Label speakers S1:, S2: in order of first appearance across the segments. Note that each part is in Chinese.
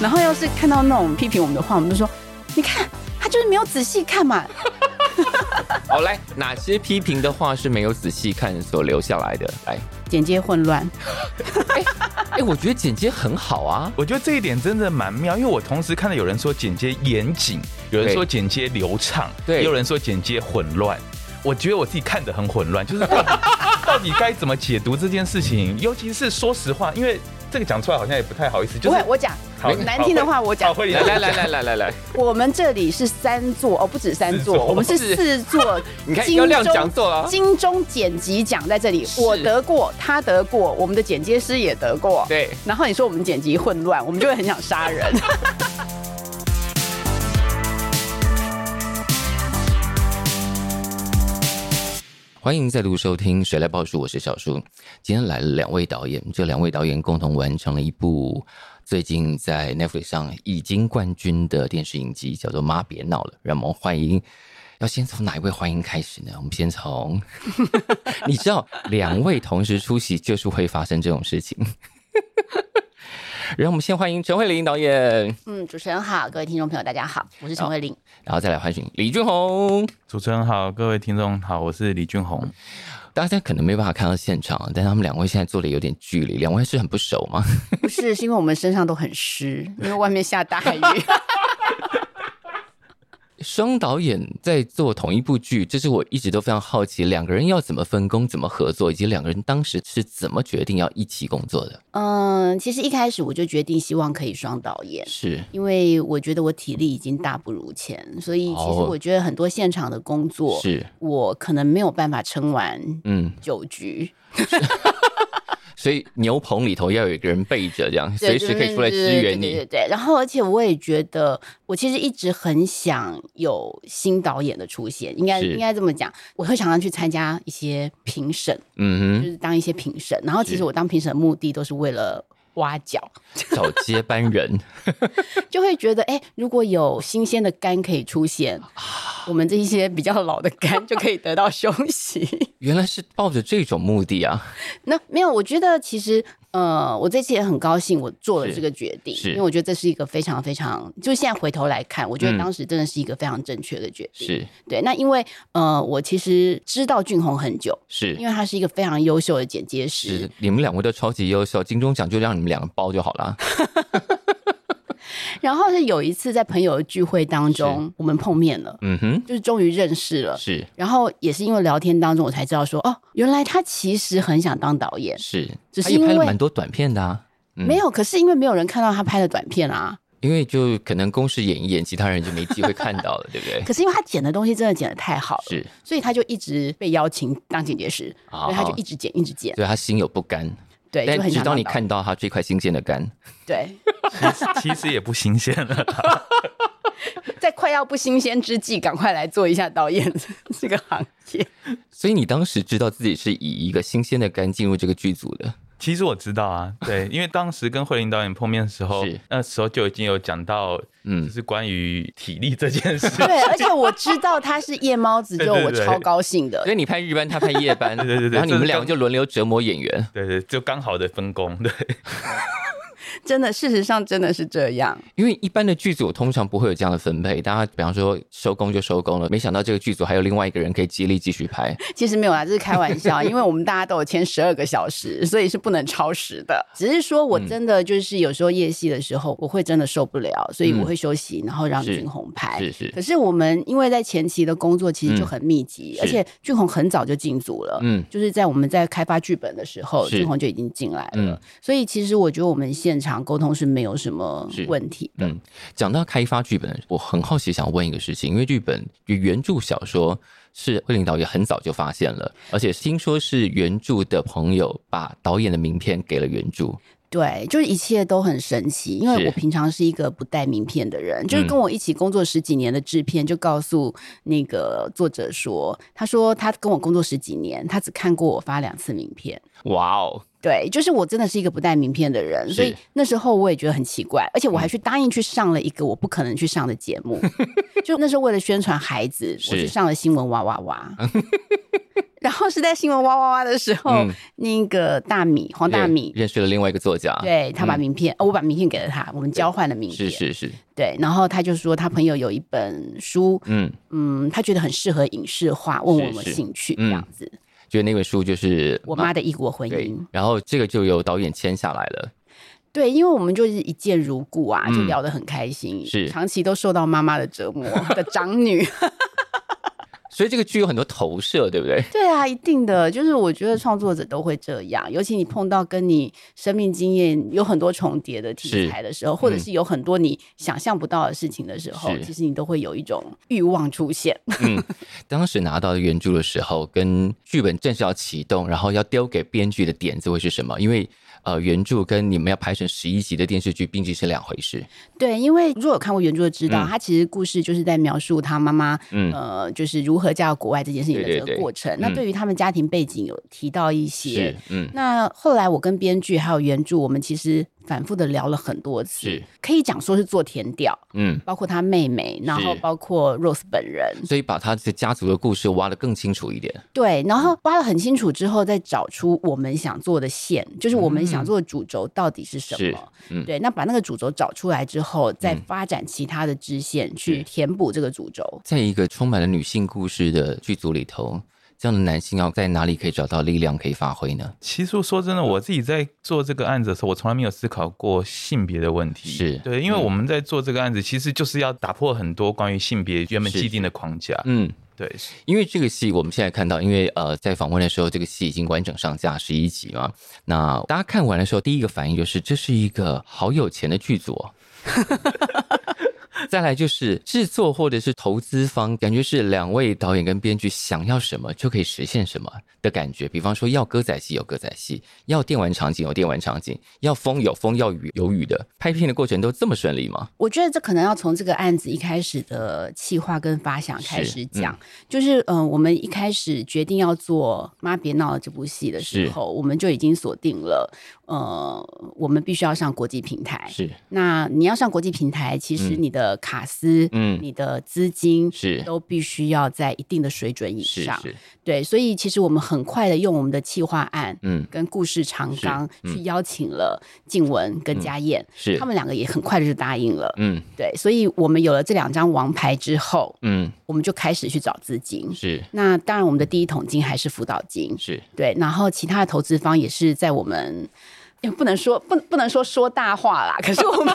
S1: 然后要是看到那种批评我们的话，我们就说：“你看，他就是没有仔细看 嘛。
S2: 好，来，哪些批评的话是没有仔细看所留下来的？来，”
S1: 简介混乱，
S2: 哎、我觉得剪接很好啊。
S3: 我觉得这一点真的蛮妙，因为我同时看到有人说剪接严谨，有人
S2: 对
S3: 说剪接流畅，
S2: 对
S3: 也有人说剪接混乱。我觉得我自己看得很混乱，就是 到底到底该怎么解读这件事情，尤其是说实话，因为这个讲出来好像也不太好意思，就
S1: 不
S3: 是
S1: 会，我讲
S3: 好
S1: 难听的话，我讲
S3: 好。会 理
S2: 来来来来来来来，
S1: 我们这里是三座哦，不止三
S3: 四
S1: 座，
S3: 座
S1: 我们是
S2: 是。
S1: 四 座
S2: 你看
S1: 金
S2: 要亮
S1: 钟
S2: 讲座了
S1: 金钟剪辑奖在这里，
S2: 是
S1: 我得过，他得过，我们的剪接师也得过。
S2: 对
S1: 然后你说我们剪辑混乱，我们就会很想杀人。
S2: 欢迎再度收听《谁来报数》，我是小叔。今天来了两位导演，这两位导演共同完成了一部最近在 Netflix 上已经冠军的电视影集，叫做《妈别闹了》。让我们欢迎，要先从哪一位欢迎开始呢？我们先从， 你知道，两位同时出席就是会发生这种事情。 让我们先欢迎陈慧琳导演，
S1: 嗯，主持人好，各位听众朋友大家好，我是陈慧琳。
S2: 然后再来欢迎李俊宏。
S3: 主持人好，各位听众好，我是李俊 宏。
S2: 大家可能没办法看到现场，但他们两位现在坐的有点距离，两位是很不熟吗？
S1: 不是，是因为我们身上都很湿，因为外面下大雨。
S2: 双导演在做同一部剧，这是我一直都非常好奇，两个人要怎么分工、怎么合作，以及两个人当时是怎么决定要一起工作的。
S1: 嗯，其实一开始我就决定希望可以双导演。
S2: 是
S1: 因为我觉得我体力已经大不如前，所以其实
S2: 哦
S1: 我觉得很多现场的工作，
S2: 是，
S1: 我可能没有办法撑完
S2: 嗯，
S1: 酒局，
S2: 所以牛棚里头要有一个人备着，这样
S1: 对
S2: 随时可以出来支援
S1: 对对对对对
S2: 你。
S1: 对然后，而且我也觉得，我其实一直很想有新导演的出现，应该
S2: 是
S1: 应该这么讲，我会常常去参加一些评审，就
S2: 嗯
S1: 是当一些评审。然后，其
S2: 是
S1: 实我当评审的目的都是为了。挖角
S2: 哼，找接班人
S1: 就会觉得，哎、如果有新鲜的肝可以出现，
S2: 啊
S1: 我们这一些比较老的肝就可以得到休息。
S2: 原来是抱着这种目的啊！
S1: 那没有，我觉得其实呃，我这次也很高兴，我做了
S2: 是
S1: 这个决定，
S2: 是
S1: 因为我觉得这是一个非常非常，就现在回头来看，我觉
S2: 嗯
S1: 得当时真的是一个非常正确的决定。
S2: 是
S1: 对，那因为呃，我其实知道俊宏很久，
S2: 是
S1: 因为他是一个非常优秀的剪接师
S2: 是，，你们两位都超级优秀，金钟奖就让你们两个包就好了。
S1: 然后是有一次在朋友的聚会当中，我们碰面了，
S2: 嗯哼，
S1: 就是终于认识了。
S2: 是
S1: 然后也是因为聊天当中，我才知道说，哦，原来他其实很想当导演，
S2: 是，
S1: 只是
S2: 他也
S1: 因
S2: 拍了
S1: 为
S2: 蛮多短片的啊。嗯
S1: 没有，可是因为没有人看到他拍的短片啊，
S2: 因为就可能公式演一演，其他人就没机会看到了，对不对？
S1: 可是因为他剪的东西真的剪的太好了，
S2: 哎是
S1: 所以他就一直被邀请当剪接师，
S2: 啊
S1: 所以他就一直剪一直剪，
S2: 所以他心有不甘，
S1: 对，就
S2: 但
S1: 很
S2: 直
S1: 想
S2: 到
S1: 当
S2: 你
S1: 导
S2: 看到他这块新鲜的肝，
S1: 对，
S3: 其实也不新鲜了，
S1: 在快要不新鲜之际，赶快来做一下导演这个行 业。
S2: 所以你当时知道自己是以一个新鲜的肝进入这个剧组的，
S3: 其实我知道啊，对，因为当时跟慧玲导演碰面的时候
S2: 是，
S3: 那时候就已经有讲到，
S2: 嗯
S3: 就是关于体力这 件事。
S1: 对，而且我知道他是夜猫子，
S3: 对
S1: 就
S3: 对
S1: 我
S3: 对
S1: 超高兴的
S2: 所。以你拍日班，他拍夜班，
S3: 对对对对
S2: 然后你
S3: 这
S2: 们
S3: 是
S2: 两个
S3: 刚
S2: 就轮流折磨演员。
S3: 对对，就刚好的分工，对，
S1: 真的，事实上真的是这样。
S2: 因为一般的剧组通常不会有这样的分配，大家比方说收工就收工了，没想到这个剧组还有另外一个人可以接力继续拍，
S1: 其实没有啦，这是开玩 笑，因为我们大家都有签十二个小时，所以是不能超时的。只是说
S2: 嗯
S1: 我真的就是有时候夜戏的时候，我会真的受不了，所以我会休息，然后让
S2: 嗯是
S1: 俊宏拍。
S2: 是是
S1: 哎可，是我们因为在前期的工作其实就很密集，
S2: 嗯
S1: 而且俊宏很早就进组了。
S2: 嗯
S1: 就是在我们在开发剧本的时候，
S2: 是
S1: 俊宏就已经进来了，
S2: 嗯
S1: 所以其实我觉得我们现场沟通是没有什么
S2: 是
S1: 问题的。
S2: 嗯，讲到开发剧本，我很好奇想问一个事情，因为剧本原著小说是惠玲导演很早就发现了，而且听说是原著的朋友把导演的名片给了原著，
S1: 对，就是一切都很神奇，因
S2: 是
S1: 为我平常是一个不带名片的人，就是
S2: 嗯
S1: 跟我一起工作十几年的制片就告诉那个作者说，他说他跟我工作十几年，他只看过我发两次名片。
S2: 哇哦，
S1: 对，就是我真的是一个不带名片的人，所以那时候我也觉得很奇怪，而且
S2: 嗯
S1: 我还去答应去上了一个我不可能去上的节 目，就那时候为了宣传孩子，我去
S2: 是
S1: 上了新闻哇哇 哇。然后是在新闻哇哇哇的时候，
S2: 嗯
S1: 那个大米黄大米，
S2: 认识了另外一个作家，，
S1: 对他把名片、哦我把名片给了他，我们交换了名片。
S2: 啊嗯是是是，
S1: 对，然后他就说他朋友有一本书，
S2: 嗯，
S1: 嗯，他觉得很适合影视化，问我有没有
S2: 是是
S1: 兴趣
S2: 嗯
S1: 这样子。
S2: 就那本书就是
S1: 我妈的异国婚
S2: 对
S1: 姻，，
S2: 然后这个就由导演签下来了，
S1: 对，因为我们就是一见如故啊，就
S2: 嗯
S1: 聊得很开心，
S2: 是
S1: 长期都受到妈妈的折磨的长女。
S2: 所以这个剧有很多投射，对不对？
S1: 对啊，一定的，就是我觉得创作者都会这样，尤其你碰到跟你生命经验有很多重叠的题
S2: 是
S1: 材的时候，或者
S2: 嗯
S1: 是有很多你想象不到的事情的时候，
S2: 是
S1: 其实你都会有一种欲望出现。
S2: 当时拿到原著的时候，跟剧本正式要启动，然后要丢给编剧的点子会是什么？因为呃，原著跟你们要拍成十一集的电视剧，毕竟是两回事。
S1: 对，因为如果有看过原著就知道，
S2: 嗯
S1: 他其实故事就是在描述他妈妈，
S2: 嗯
S1: 呃，就是如何嫁到国外这件事情的
S2: 对对
S1: 这个
S2: 对
S1: 过程。
S2: 嗯
S1: 那对于他们家庭背景有提到一些
S2: 是，，嗯，
S1: 那后来我跟编剧还有原著，我们其实反复的聊了很多次
S2: 是，
S1: 可以讲说是做填调，
S2: 嗯。
S1: 包括他妹妹，然后包括 Rose 本人，
S2: 所以把他的家族的故事挖得更清楚一点。
S1: 对，然
S2: 嗯
S1: 后挖了很清楚之后，再找出我们想做的线，就是我们想做的主轴到底是什么。
S2: 嗯
S1: 对，那把那个主轴找出来之后，再发展其他的支线去
S2: 是
S1: 填补这个主轴。
S2: 在一个充满了女性故事的剧组里头，这样的男性要在哪里可以找到力量可以发挥呢？
S3: 其实说真的，
S2: 嗯
S3: 我自己在做这个案子的时候，我从来没有思考过性别的问题。
S2: 是嗯
S3: 对，因为我们在做这个案子，其实就是要打破很多关于性别原本
S2: 是
S3: 既定的框架。
S2: 嗯，
S3: 对，
S2: 因为这个戏我们现在看到，因为呃，在访问的时候，这个戏已经完整上架十一集嘛。那大家看完的时候，第一个反应就是这是一个好有钱的剧组、哦。 再来就是制作或者是嗯投资方，感觉是两位导演跟编剧想要什么就可以实现什么的感觉。比方说，要歌仔戏有歌仔戏，要电玩场景有电玩场景，要风有风，要雨有雨的。拍片的过程都这么顺利吗？
S1: 我觉得这可能要从这个案子一开始的企划跟发想开始讲，就是嗯、呃我们一开始决定要做《妈别闹了》这部戏的时候，我们就已经锁定了，呃，我们必须要上国际平台。
S2: 是，
S1: 那你要上国际平台，其实你的卡司、
S2: 嗯，
S1: 你的资金
S2: 是
S1: 都必须要在一定的水准以
S2: 是
S1: 上。
S2: 是，
S1: 对，所以其实我们很快的用我们的企划案
S2: 嗯，
S1: 跟故事长
S2: 是
S1: 纲
S2: 嗯
S1: 去邀请了静雯跟佳燕，
S2: 是
S1: 他，们两个也很快就答应了。
S2: 嗯
S1: 对，所以我们有了这两张王牌之后，
S2: 嗯，
S1: 我们就开始去找资金。
S2: 是
S1: 那当然，我们的第一桶金还是辅导金，
S2: 是，
S1: 对。然后其他的投资方也是在我们，也不能说不不能说说大话啦，可是我们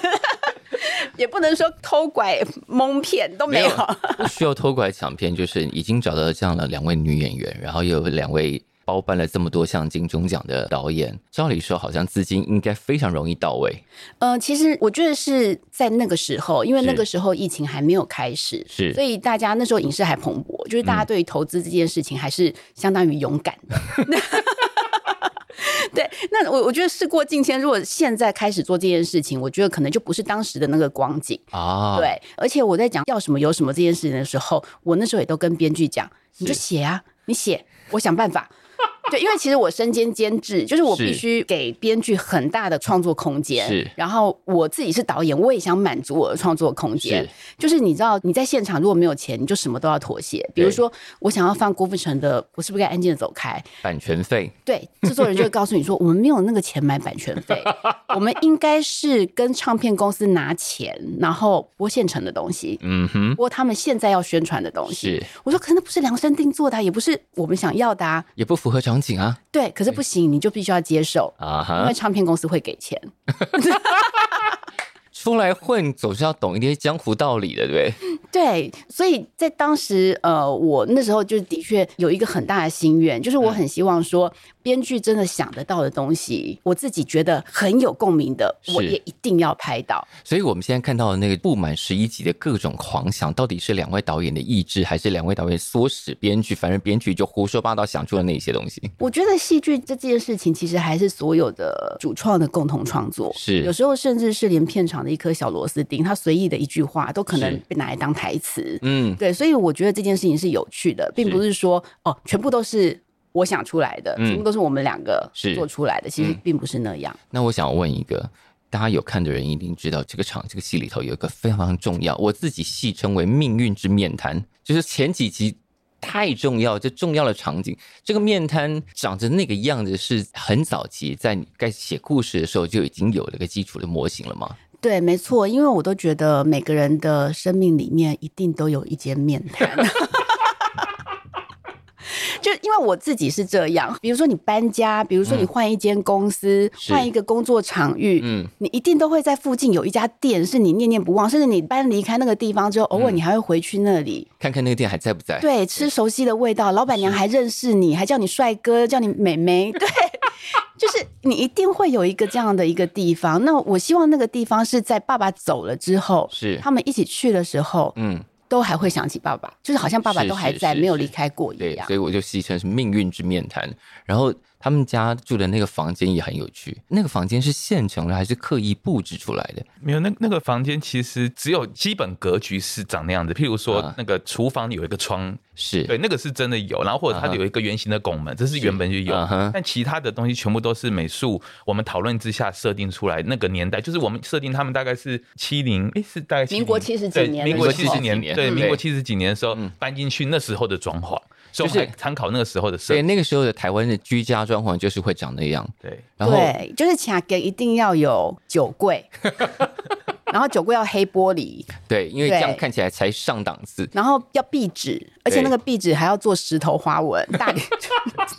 S1: 也不能说偷拐蒙骗都没有。
S2: 不需要偷拐抢骗，就是已经找到这样的两位女演员，然后又有两位包办了这么多项金钟奖的导演，照理说好像资金应该非常容易到位，
S1: 呃，其实我觉得是在那个时候，因为
S2: 是
S1: 那个时候疫情还没有开始，
S2: 是
S1: 所以大家那时候影视还蓬勃，就是大家对于投资这件事情还是相当于勇敢的。 对，那我我觉得事过境迁，如果现在开始做这件事情，我觉得可能就不是当时的那个光景。
S2: 啊，，
S1: 对，而且我在讲要什么有什么这件事情的时候，我那时候也都跟编剧讲，你就写啊，你写，我想办法。 对，因为其实我身兼监制，就是我必
S2: 是
S1: 须给编剧很大的创作空间。
S2: 是
S1: 然后我自己是导演，我也想满足我的创作空间
S2: 是。
S1: 就是你知道，你在现场如果没有钱，你就什么都要妥协。比如
S2: 对
S1: 说，我想要放郭富城的，我是不是该安静的走开？
S2: 版权费
S1: 对，制作人就会告诉 你说，我们没有那个钱买版权费，我们应该是跟唱片公司拿钱，然后播现成的东西，
S2: 嗯哼，
S1: 播他们现在要宣传的东西。
S2: 是
S1: 我说，可是那不是量身定做的啊、也不是我们想要的啊。
S2: 也不符合场景啊，
S1: 对，可是不行，你就必须要接受，
S2: 啊
S1: 因为
S2: 哈，
S1: 唱片公司会给钱。
S2: 出来混总是要懂一些江湖道理的，对不对，
S1: 对，所以在当时，呃，我那时候就的确有一个很大的心愿，就是我
S2: 嗯
S1: 很希望说，编剧真的想得到的东西，我自己觉得很有共鸣的，我
S2: 是
S1: 也一定要拍到。
S2: 所以我们现在看到的那个不满十一集的各种狂想，到底是两位导演的意志，还是两位导演唆使编剧？反正编剧就胡说八道想出了那些东西，
S1: 我觉得戏剧这件事情，其实还是所有的主创的共同创作。
S2: 是
S1: 有时候甚至是连片场的一颗小螺丝钉，他随意的一句话，都可能
S2: 是
S1: 被拿来当台词。
S2: 嗯，
S1: 对，所以我觉得这件事情是有趣的，并不是说哦，全部都是我想出来的，
S2: 嗯
S1: 全部都是我们两个
S2: 是
S1: 做出来的，其实
S2: 嗯
S1: 并不是那样。
S2: 那我想问一个，大家有看的人一定知道，这个场这个戏里头有一个非常非常重要，我自己戏称为“命运之面瘫”，就是前几集。太重要，这重要的场景，这个面瘫长着那个样子，是很早期在你该写故事的时候就已经有了个基础的模型了吗？
S1: 对，没错，因为我都觉得每个人的生命里面一定都有一间面谈。 就因为我自己是这样，比如说你搬家，比如说你换一间公司，
S2: 嗯是
S1: 换一个工作场域，
S2: 嗯，
S1: 你一定都会在附近有一家店是你念念不忘，甚至你搬离开那个地方之后，偶尔
S2: 嗯
S1: 你还会回去那里，
S2: 看看那个店还在不在？，
S1: 对，吃熟悉的味道，老板娘还认识你，还叫你帅哥，叫你美眉， 对，就是你一定会有一个这样的一个地方。那我希望那个地方是在爸爸走了之后，
S2: 是
S1: 他们一起去的时候，
S2: 嗯，
S1: 都还会想起爸爸，就是好像爸爸
S2: 是
S1: 都还
S2: 是
S1: 在，
S2: 是
S1: 没有
S2: 是
S1: 离开过一
S2: 对，
S1: 样
S2: 所。以我就戏称是命运之面谈。然后他们家住的那个房间也很有趣，那个房间是现成的还是刻意布置出来的？
S3: 没有，那那个房间其实只有基本格局是长那样子，譬如说
S2: 啊
S3: 那个厨房有一个窗，
S2: 是，
S3: 对，那个是真的有，然后或者它
S2: 嗯哼
S3: 有一个圆形的拱门，这是原本就有
S2: 嗯哼，
S3: 但其他的东西全部都是美术我们讨论之下设定出来。那个年代就是我们设定他们大概是七零，诶，是大概70
S1: 民国70几
S3: 对
S1: 年
S3: 民国
S1: 的
S3: 七
S1: 时
S3: 十
S1: 候
S3: 年，
S2: 嗯
S3: 对，嗯
S2: 对
S3: 民国七十几年的时候搬进去那时候的装潢，所以
S2: 就
S3: 我们
S2: 是
S3: 还参考那个时候的设
S2: 所以
S3: 定。
S2: 那个时候的台湾的居家装潢就是会长那样，
S3: 对，
S2: 然后
S1: 对，就是卡给一定要有酒 柜，然后酒柜要黑玻璃，
S2: 对因为这样
S1: 对
S2: 看起来才上档次。
S1: 然后要壁纸，而且
S2: 对
S1: 那个壁纸还要做石头花纹，大 理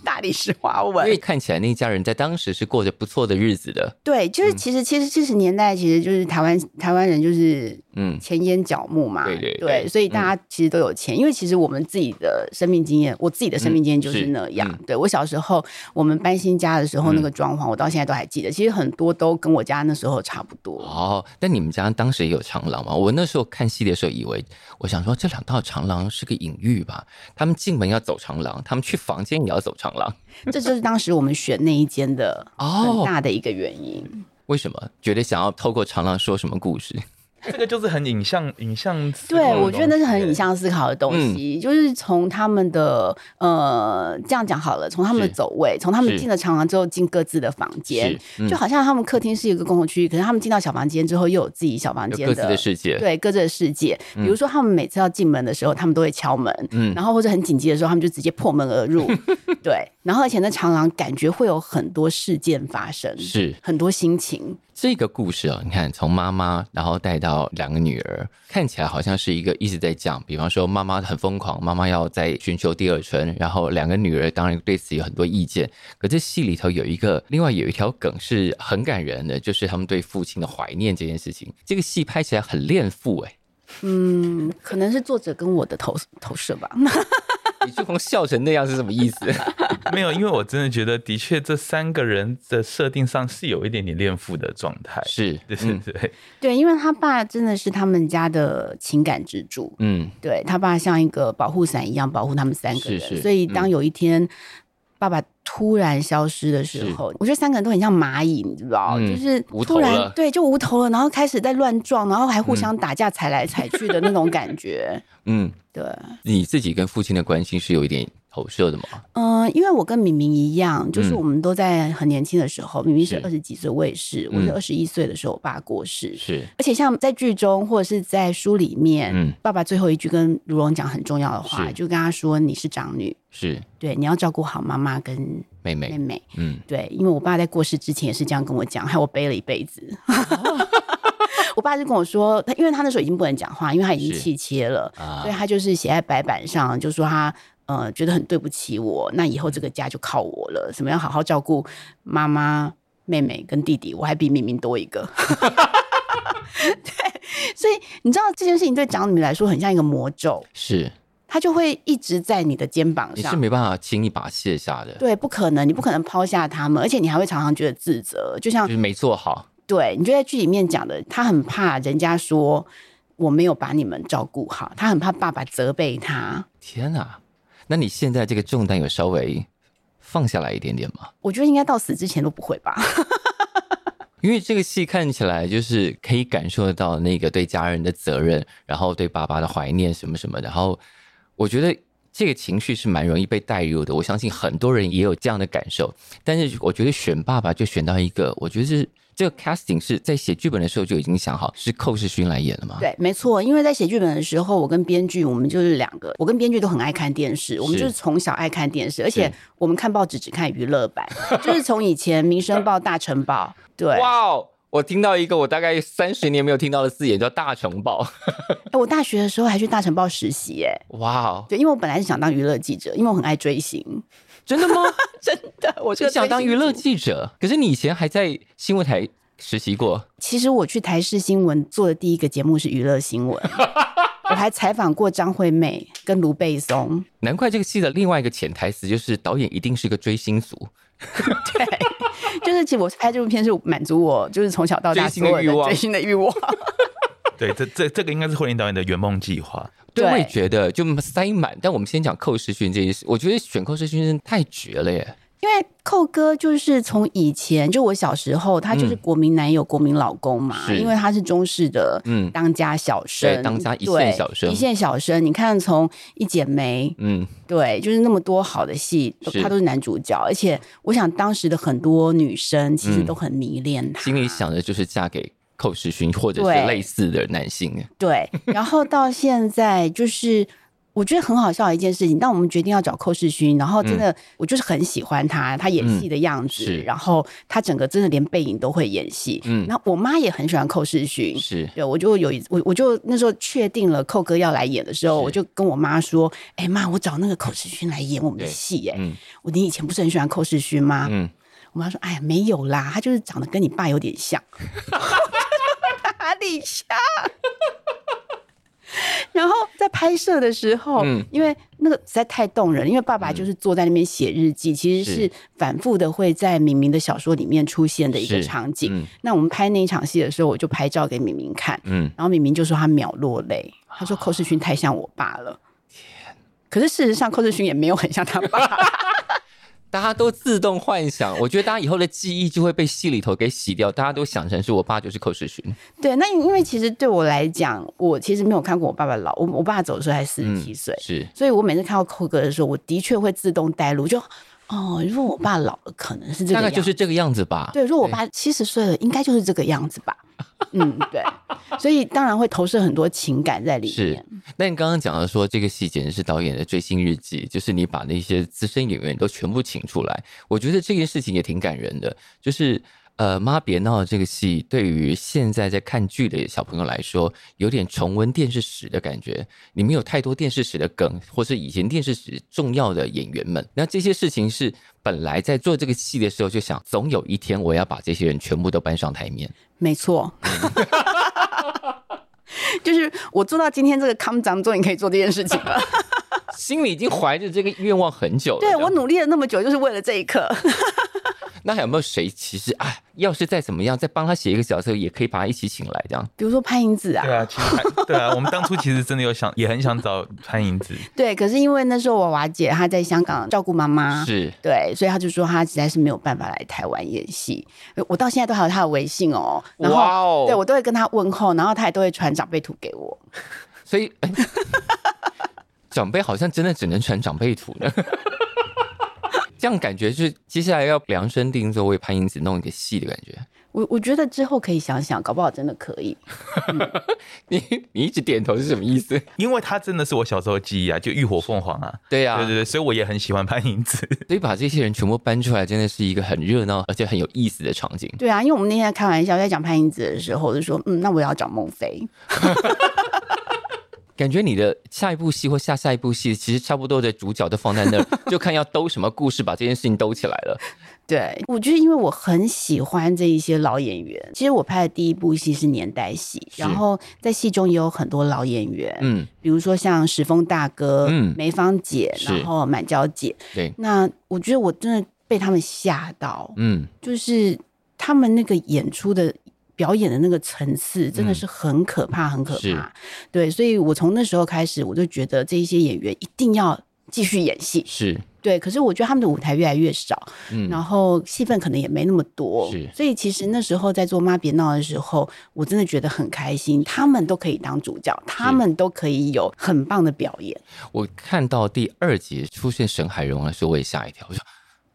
S1: 大理石花纹，
S2: 因为看起来那一家人在当时是过着不错的日子的，
S1: 对，就是其实其实七十年代其实就是台湾台湾人就是
S2: 嗯，
S1: 前烟角目嘛，
S2: 对对对嗯
S1: 所以大家其实都有钱，因为其实我们自己的生命经验，我自己的生命经验就是
S2: 是
S1: 那样。
S2: 嗯
S1: 对我小时候，我们搬新家的时候
S2: 嗯
S1: 那个装潢，我到现在都还记得，其实很多都跟我家那时候差不多。
S2: 哦，但你们家当时也有长廊吗？我那时候看戏的时候，以为我想说这两道长廊是个隐喻吧，他们进门要走长廊，他们去房间也要走长廊，
S1: 这就是当时我们选那一间的
S2: 哦
S1: 很大的一个原因。
S2: 为什么？觉得想要透过长廊说什么故事？
S3: 这个就是很影像 影像思考的
S1: 对，
S3: 东西。
S1: 我觉得那是很影像思考的东
S2: 嗯
S1: 西，就是从他们的呃，这样讲好了，从他们的
S2: 是
S1: 走位，从他们
S2: 是
S1: 进了长廊之后进各自的房间
S2: 是，嗯
S1: 就好像他们客厅是一个公共区域，可是他们进到小房间之后又有自己小房
S2: 有
S1: 间
S2: 各自的世界，
S1: 对各自的世界。比如说，他们每次要进门的时候，他们都会敲门，
S2: 嗯
S1: 然后或者很紧急的时候，他们就直接破门而 入，对。然后而且那长廊感觉会有很多事件发生，
S2: 是
S1: 很多心情，
S2: 这个故事啊，你看从妈妈，然后带到两个女儿，看起来好像是一个一直在讲，比方说妈妈很疯狂，妈妈要在寻求第二春，然后两个女儿当然对此有很多意见。可这戏里头有一个，另外有一条梗是很感人的，就是他们对父亲的怀念这件事情。这个戏拍起来很恋父哎、
S1: 嗯，可能是作者跟我的投投射吧。
S2: 李志鹏笑成那样是什么意思？
S3: 没有，因为我真的觉得，的确这三个人的设定上是有一点点恋父的状态。
S2: 是，
S3: 对对
S2: 嗯
S3: 对，
S1: 对，因为他爸真的是他们家的情感支柱，
S2: 嗯，
S1: 对他爸像一个保护伞一样保护他们三个
S2: 是
S1: 人，
S2: 是嗯
S1: 所以当有一天。爸爸突然消失的时
S2: 是
S1: 候，我觉得三个人都很像蚂蚁，你知道，
S2: 嗯
S1: 就是
S2: 无头
S1: 突然
S2: 了
S1: 对，就无头了，然后开始在乱撞，然后还互相打架，踩来踩去的那种感 觉。
S2: 嗯，
S1: 对，
S2: 你自己跟父亲的关系是有一点投射的吗？
S1: 嗯、因为我跟敏敏一样，就是
S2: 嗯
S1: 我们都在很年轻的时候，敏敏是
S2: 是
S1: 二十几岁，我也是，我是
S2: 嗯
S1: 二十一岁的时候，我爸过世，
S2: 是，
S1: 而且像在剧中或者是在书里面，
S2: 嗯
S1: 爸爸最后一句跟如龙讲很重要的话，
S2: 是
S1: 就跟他说你是长女，
S2: 是
S1: 对，你要照顾好妈妈跟
S2: 妹
S1: 妹
S2: 妹，
S1: 妹。
S2: 嗯，
S1: 对，因为我爸在过世之前也是这样跟我讲，害我背了一辈子。
S2: 哦
S1: 我爸就跟我说，他因为他那时候已经不能讲话，因为他已经
S2: 是
S1: 气切了，
S2: 啊
S1: 所以他就是写在白板上，就说他呃觉得很对不起我，那以后这个家就靠我了，什么要好好照顾妈妈、妹妹跟弟弟，我还比明明多一 个。对，所以你知道这件事情对长女来说很像一个魔咒，
S2: 是。
S1: 它就会一直在你的肩膀
S2: 你
S1: 上
S2: 是。没办法轻易把它卸下的，
S1: 对，不可能，你不可能抛下他们，而且你还会常常觉得自责。就像
S2: 就是没做好。
S1: 对你就在剧里面讲的，他很怕人家说我没有把你们照顾好，他很怕爸爸责备他。
S2: 天啊，那你现在这个重担有稍微放下来一点点吗？
S1: 我觉得应该到死之前都不会吧。
S2: 因为这个戏看起来就是可以感受得到那个对家人的责任，然后对爸爸的怀念什么什么的，然后我觉得这个情绪是蛮容易被带入的。我相信很多人也有这样的感受。但是我觉得选爸爸就选到一个，我觉得是这个 casting 是在写剧本的时候就已经想好是寇世勋来演了吗？
S1: 对，没错，因为在写剧本的时候，我跟编剧我们就是两个，我跟编剧都很爱看电视，我们就是从小爱看电视，而且我们看报纸只看娱乐版， 就是从以前《民生报》《大成报》对。
S2: 哇哦！我听到一个我大概三十年没有听到的字眼，叫“大城报
S1: 哎，我大学的时候还去大城报实习，哎，”。
S2: 哇哦，
S1: 对，因为我本来是想当娱乐记者，因为我很爱追星，
S2: 真的 吗？
S1: 真的，我
S2: 就想当娱乐
S1: 记。
S2: 记者，可是你以前还在新闻台实习过，
S1: 其实我去台视新闻做的第一个节目是娱乐新 闻，我还采访过张惠妹跟卢贝松。
S2: 难怪这个戏的另外一个潜台词就是导演一定是个追星族，
S1: 对，就是其实我拍这部片是满足我就是从小到大
S2: 追星
S1: 所
S2: 的
S1: 有
S2: 欲
S1: 的
S2: 望
S1: 追星的欲望。
S3: 对，这这这个应该是慧玲导演的圆梦计划。
S2: 对，
S1: 对
S2: 我也觉得就塞满。但我们先讲寇世勋这件事，我觉得选寇世勋真的太绝了耶！
S1: 因为寇哥就是从以前就我小时候，他就是
S2: 嗯
S1: 国民男友、国民老公嘛，
S2: 是
S1: 因为他是中式的
S2: 嗯
S1: 当家小生，
S2: 对当家一
S1: 对
S2: 线小生
S1: 一线小生。你看从一剪梅，
S2: 嗯，
S1: 对，就是那么多好的戏，都
S2: 是
S1: 他都是男主角，而且我想当时的很多女生其实
S2: 嗯
S1: 都很迷恋他，
S2: 心里想的就是嫁给寇世勋或者是
S1: 对
S2: 类似的男性。
S1: 对，然后到现在就是。我觉得很好笑的一件事情，当我们决定要找寇世勋，然后真的、我就是很喜欢他，他演戏的样子，
S2: 嗯是
S1: 然后他整个真的连背影都会演戏。
S2: 嗯
S1: 嗯，那我妈也很喜欢寇世勋，
S2: 是
S1: 对我就有一我我就那时候确定了寇哥要来演的时候，
S2: 是
S1: 我就跟我妈说：“哎、妈，我找那个寇世勋来演我们的
S2: 对
S1: 戏、哎、
S2: 嗯
S1: 我你以前不是很喜欢寇世勋吗？”
S2: 嗯，
S1: 我妈说：“哎呀，没有啦，他就是长得跟你爸有点像。”哪里像？然后在拍摄的时候，
S2: 嗯
S1: 因为那个实在太动人，因为爸爸就是坐在那边写日记，其实
S2: 是
S1: 是反复的会在敏敏的小说里面出现的一个
S2: 是
S1: 场景。
S2: 嗯
S1: 那我们拍那一场戏的时候，我就拍照给敏敏看，
S2: 嗯
S1: 然后敏敏就说她秒落泪，她说寇世勋太像我爸了。可是事实上，寇世勋也没有很像他爸。
S2: 大家都自动幻想，我觉得大家以后的记忆就会被戏里头给洗掉，大家都想成是我爸就是寇世勋。
S1: 对，那因为其实对我来讲，我其实没有看过我爸爸老，我我爸走的时候才四十七岁，
S2: 嗯是
S1: 所以我每次看到寇哥的时候，我的确会自动带入，就哦，如果我爸老了，可能是这个
S2: 大
S1: 样
S2: 概
S1: 子，
S2: 就是这个样子吧。
S1: 对，如果我爸七十岁了，应该就是这个样子 吧。嗯，对，所以当然会投射很多情感在里
S2: 是
S1: 面。，
S2: 那你刚刚讲的说这个戏简直是导演的追星日记，就是你把那些资深演员都全部请出来，我觉得这件事情也挺感人的。就是呃，妈别闹了这个戏对于现在在看剧的小朋友来说，有点重温电视史的感觉。里面有太多电视史的梗，或是以前电视史重要的演员们，那这些事情是本来在做这个戏的时候就想，总有一天我要把这些人全部都搬上台面。
S1: 没错。 就是我做到今天这个康长之后，你可以做这件事情 了。
S2: 心里已经怀着这个愿望很久了。
S1: 对
S2: 这样
S1: 我努力了那么久，就是为了这一刻。
S2: 那还有没有谁其实啊，要是再怎么样，再帮他写一个角色，也可以把他一起请来这样？
S1: 比如说潘迎紫啊，
S3: 对啊，其实还对啊，我们当初其实真的有想，也很想找潘迎紫。
S1: 对，可是因为那时候娃娃姐她在香港照顾妈
S3: 啊
S1: 妈，
S2: 是
S1: 对，所以她就说她实在是没有办法来台湾演戏。呃我到现在都还有她的微信哦，然后
S2: 哇哦
S1: 对我都会跟她问候，然后她也都会传长辈图给我。
S2: 所以、哎 长辈好像真的只能传长辈图呢。 这样感觉是接下来要量身定做为潘英子弄一个戏的感觉。
S1: 我我觉得之后可以想想，搞不好真的可以。
S2: 你你一直点头是什么意 思？
S3: 因为他真的是我小时候的记忆啊，就浴火凤凰啊，
S2: 对呀、
S3: 对对对，所以我也很喜欢潘迎紫。
S2: 所以把这些人全部搬出来，真的是一个很热闹而且很有意思的场景。
S1: 对啊，因为我们那天在开玩笑，在讲潘迎紫的时候，我就说，嗯，那我也要找孟非。
S2: 感觉你的下一部戏或下下一部戏，其实差不多的主角都放在那儿， 就看要兜什么故事把这件事情兜起来了。
S1: 对，我就是因为我很喜欢这一些老演员。其实我拍的第一部戏是年代戏，
S2: 是
S1: 然后在戏中也有很多老演员，
S2: 嗯，
S1: 比如说像石峰大哥、
S2: 嗯
S1: 梅芳姐，
S2: 是
S1: 然后满娇姐。
S2: 对，
S1: 那我觉得我真的被他们吓到，
S2: 嗯。
S1: 就是他们那个演出的。表演的那个层次真的是很可怕，很可
S2: 嗯是
S1: 怕。对，所以我从那时候开始，我就觉得这一些演员一定要继续演戏，
S2: 是
S1: 对，可是我觉得他们的舞台越来越少，
S2: 嗯
S1: 然后戏份可能也没那么多
S2: 是，
S1: 所以其实那时候在做《妈别闹》的时候，我真的觉得很开心，他们都可以当主角，他们都可以有很棒的表演。
S2: 我看到第二集出现沈海荣的时候，我也吓一跳，我说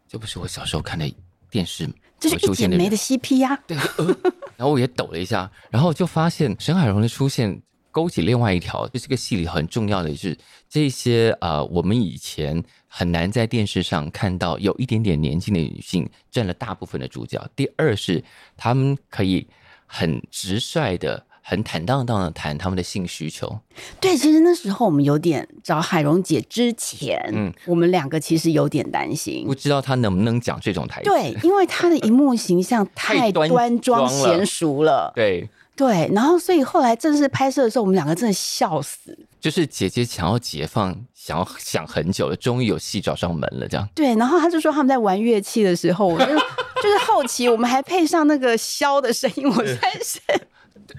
S2: 这不是我小时候看的电视
S1: 这
S2: 会
S1: 是
S2: 出
S1: 一姐
S2: 现的人
S1: 妹的 CP 呀、
S2: 对，呃然后我也抖了一下，然后就发现沈海荣的出现勾起另外一条，就这个戏里很重要的是这些呃，我们以前很难在电视上看到有一点点年纪的女性占了大部分的主角。第二是她们可以很直率的、很坦荡荡的谈她们的性需求。
S1: 对，其实那时候我们有点找海蓉姐之前，
S2: 嗯
S1: 我们两个其实有点担心
S2: 不。知道她能不能讲这种台词？
S1: 对，因为她的荧幕形象
S2: 太
S1: 太
S2: 端
S1: 端庄
S2: 庄了
S1: 娴熟了，
S2: 对，
S1: 对，然后所以后来正式拍摄的时候，我们两个真的笑死。
S2: 就是姐姐想要解放，想要想很久了，终于有戏找上门了，这样。
S1: 对，然后他就说他们在玩乐器的时候，我就就是后期我们还配上那个箫的声音，我在是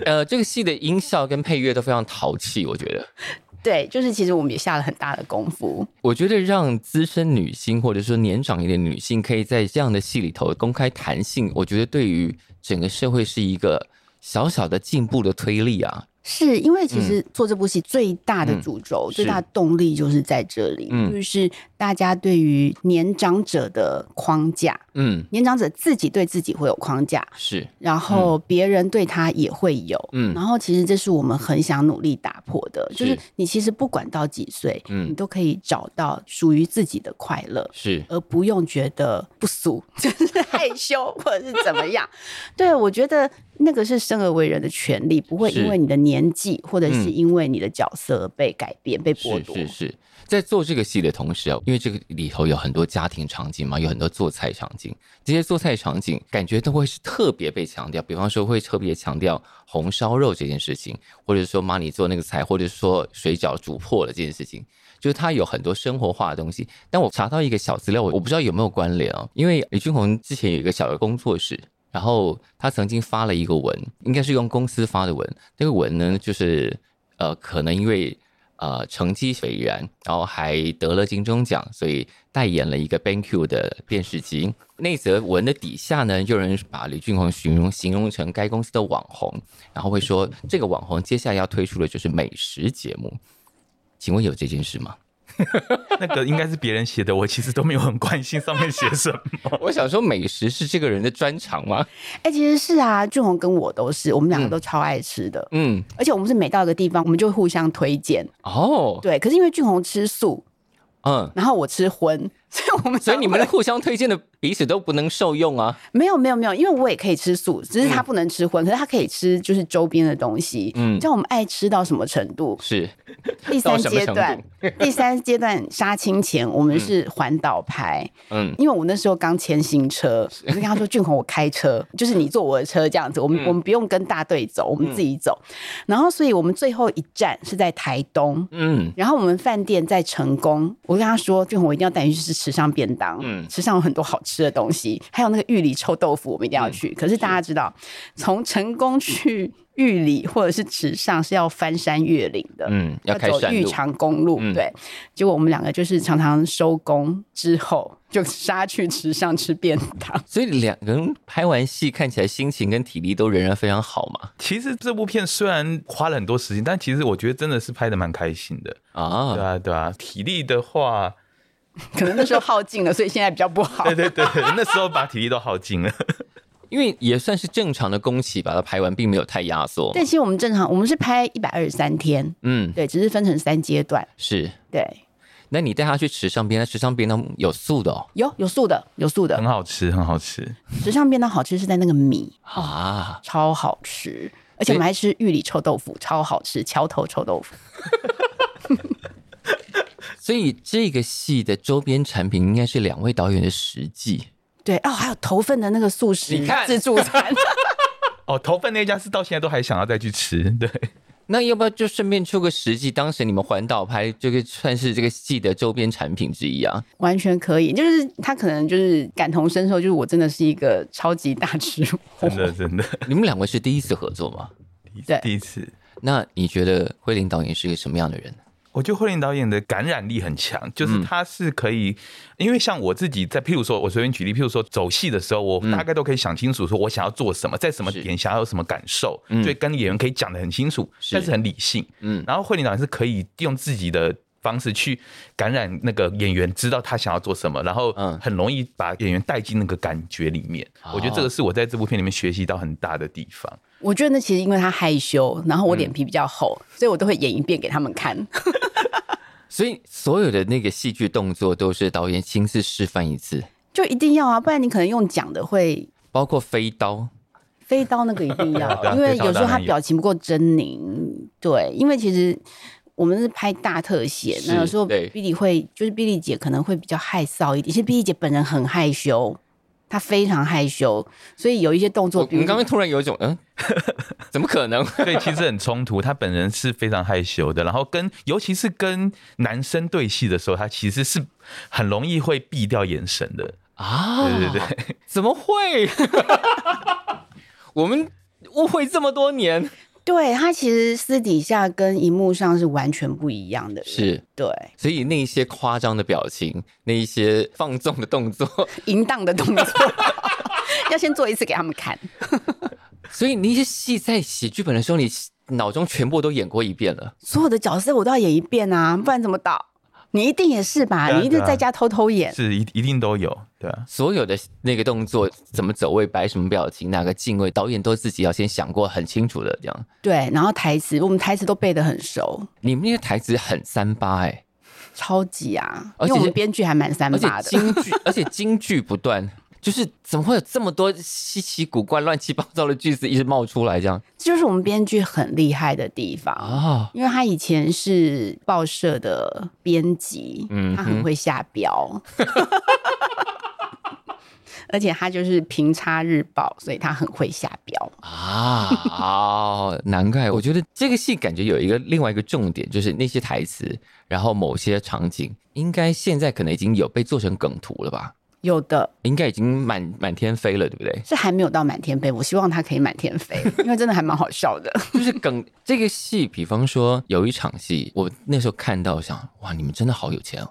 S2: 呃，这个戏的音效跟配乐都非常淘气，我觉得。
S1: 对，就是其实我们也下了很大的功夫。
S2: 我觉得让资深女星或者说年长一点的女性可以在这样的戏里头公开谈性，我觉得对于整个社会是一个小小的进步的推力啊。
S1: 是因为其实做这部戏最大的主轴、
S2: 嗯
S1: 最大的动力就是在这里，
S2: 嗯
S1: 就是大家对于年长者的框架，
S2: 嗯，
S1: 年长者自己对自己会有框架，
S2: 是，
S1: 然后别人对他也会有，
S2: 嗯
S1: 然后其实这是我们很想努力打破的，就是
S2: 是
S1: 你其实不管到几岁，
S2: 嗯
S1: 你都可以找到属于自己的快乐，
S2: 是，
S1: 而不用觉得不俗， 就是害 羞或者是怎么样。对，我觉得那个是生而为人的权利，不会
S2: 是
S1: 因为你的年纪或者是
S2: 嗯
S1: 因为你的角色而被改变、被剥
S2: 是
S1: 夺。
S2: 是是，在做这个戏的同时啊，因为这个里头有很多家庭场景嘛，有很多做菜场景，这些做菜场景感觉都会是特别被强调，比方说会特别强调红烧肉这件事情，或者说妈你做那个菜，或者说水饺煮破了这件事情。就是它有很多生活化的东西，但我查到一个小资料，我我不知道有没有关联啊、因为李俊宏之前有一个小的工作室，然后他曾经发了一个文，应该是用公司发的文。那个文呢，就是呃，可能因为呃成绩斐然，然后还得了金钟奖，所以代言了一个 BenQ 的电视机。那则文的底下呢，有人把李俊宏形容形容成该公司的网红，然后会说这个网红接下来要推出的就是美食节目。请问有这件事 吗？
S3: 那个应该是别人写的，我其实都没有很关心上面写什么。
S2: 我想说，美食是这个人的专长吗？
S1: 哎、其实是啊，俊宏跟我都是，我们两个都超爱吃的，
S2: 嗯，
S1: 而且我们是每到一个地方，我们就互相推荐。
S2: 哦，
S1: 对，可是因为俊宏吃素，
S2: 嗯，
S1: 然后我吃荤， 所以我们
S2: 所以你们
S1: 常
S2: 互相推荐的彼此都不能受用啊。
S1: 没有没有没有，因为我也可以吃素，只是他不能吃荤，可是他可以吃就是周边的东西。嗯，
S2: 嗯
S1: 你知道我们爱吃到什么程度？
S2: 是，
S1: 第
S2: 到
S1: 三
S2: 什么
S1: 阶
S2: 程
S1: 段， 第三阶段杀青前，我们是环岛拍，
S2: 嗯，
S1: 因为我那时候刚签新车，我就跟他说：“俊宏，我开 车，就是你坐我的车这样子，我们、我们不用跟大队走，我们自己走。然后，所以我们最后一站是在台东。
S2: 嗯，
S1: 然后我们饭店在成功，我跟他说，俊宏，我一定要带你去吃池上便当，
S2: 嗯
S1: 嗯，池上有很多好吃的东西，还有那个玉里臭豆腐，我们一定要去。可嗯是大家知道，从成功去玉里或者是池上是要翻山越岭的，
S2: 嗯要开
S1: 走
S2: 山
S1: 玉
S2: 路
S1: 长公路，
S2: 嗯
S1: 对。结果我们两个就是常常收工之后就杀去池上吃便当，
S2: 所以两个人拍完戏，看起来心情跟体力都仍然非常好嘛。
S3: 其实这部片虽然花了很多时间，但其实我觉得真的是拍的蛮开心的。
S2: 啊，
S3: 对啊，对啊，体力的话，
S1: 可能那时候耗尽了，所以现在比较不好。
S3: 对对对，那时候把体力都耗尽了。
S2: 因为也算是正常的工期，把它拍完，并没有太压缩。
S1: 但其实我们正常，我们是拍一百二十三天，
S2: 嗯，
S1: 对，只是分成三阶段，
S2: 是。
S1: 对。
S2: 那你带他去池上边，那池上边呢有素的哦
S1: 有有素的，有素的
S2: 嗯
S3: 很。好吃，很好吃。
S1: 时尚便当好吃是在那个米
S2: 啊，
S1: 超好吃，而且我们还吃玉里臭豆腐，超好吃，桥头臭豆腐。
S2: 所以这个戏的周边产品应该是两位导演的实际。
S1: 对哦，还有头份的那个素食
S2: 你看
S1: 自助餐，
S3: 哦，头份那家是到现在都还想要再去吃。对，
S2: 那要不要就顺便出个实际？当时你们环岛拍，这个算是这个戏的周边产品之一啊。
S1: 完全可以。就是他可能就是感同身受，就是我真的是一个超级大吃货
S3: 真。的真的，
S2: 你们两位是第一次合作吗？
S1: 对
S3: 第一次。
S2: 那你觉得慧玲导演是个什么样的人？
S3: 我觉得慧玲导演的感染力很强，就是他是可以，因为像我自己在，譬如说，我随便举例，譬如说走戏的时候，我大概都可以想清楚，说我想要做什么，在什么点想要有什么感受，所以跟演员可以讲的很清楚，但嗯是很理性。嗯，然后慧玲导演是可以用自己的。方式去感染那个演员，知道他想要做什么，然后很容易把演员带进那个感觉里面。嗯、我觉得这个是我在这部片里面学习到很大的地方。
S1: 我觉得那其实因为他害羞，然后我脸皮比较厚，嗯、所以我都会演一遍给他们看。
S2: 所以所有的那个戏剧动作都是导演亲自示范一次，
S1: 就一定要啊，不然你可能用讲的会
S2: 包括飞刀。
S1: 飞刀那个一定
S2: 啊
S1: 要，因为有时候他表情不够狰狞。对，因为其实。我们是拍大特写，那有时候比利会就是比利姐可能会比较害臊一点，其实比利姐本人很害羞，她非常害羞，所以有一些动作，
S2: 我们刚刚突然有一种嗯， 怎么可能？
S3: 对，其实很冲突，她本人是非常害羞的，然后跟尤其是跟男生对戏的时候，她其实是很容易会避掉眼神的
S2: 啊，
S3: 对对对，
S2: 怎么会？ 我们误会这么多年。
S1: 对他其实私底下跟荧幕上是完全不一样的，
S2: 是
S1: 对，
S2: 所以那一些夸张的表情，那一些放纵的动作，
S1: 淫荡的动作， 要先做一次给他们看。
S2: 所以那些戏在写剧本的时候，你脑中全部都演过一遍了，
S1: 所有的角色我都要演一遍啊，不然怎么导？你一定也是吧？啊、你一定在家偷偷演，
S3: 是一一定都有，对啊。
S2: 所有的那个动作，怎么走位，摆什么表情，哪个敬位，导演都自己要先想过很清楚的这样。
S1: 对，然后台词，我们台词都背得很熟。
S2: 你们那些台词很三八哎、欸，
S1: 超级啊！
S2: 而且
S1: 我们编剧还蛮三八
S2: 的，京剧， 而且京剧不断。就是怎么会有这么多稀奇古怪、乱七八糟的句子一直冒出来？这样，
S1: 这就是我们编剧很厉害的地方啊！哦、因为他以前是报社的编辑，嗯，他很会下标， 而且他就是平差日报，所以他很会下标
S2: 啊！哦，难怪我觉得这个戏感觉有一个另外一个重点，就是那些台词，然后某些场景，应该现在可能已经有被做成梗图了吧？
S1: 有的
S2: 应该已经满满天飞了，对不对？
S1: 是还没有到满天飞，我希望它可以满天飞，因为真的还蛮好笑的。
S2: 就是梗这个戏，比方说有一场戏，我那时候看到想，哇，你们真的好有钱哦！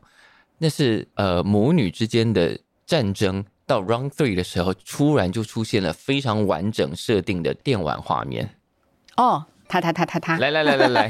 S2: 那是呃母女之间的战争，到 round three 的时候，突然就出现了非常完整设定的电玩画面。
S1: 哦，他他他他
S3: 啊
S1: 他，
S2: 来来来来 来，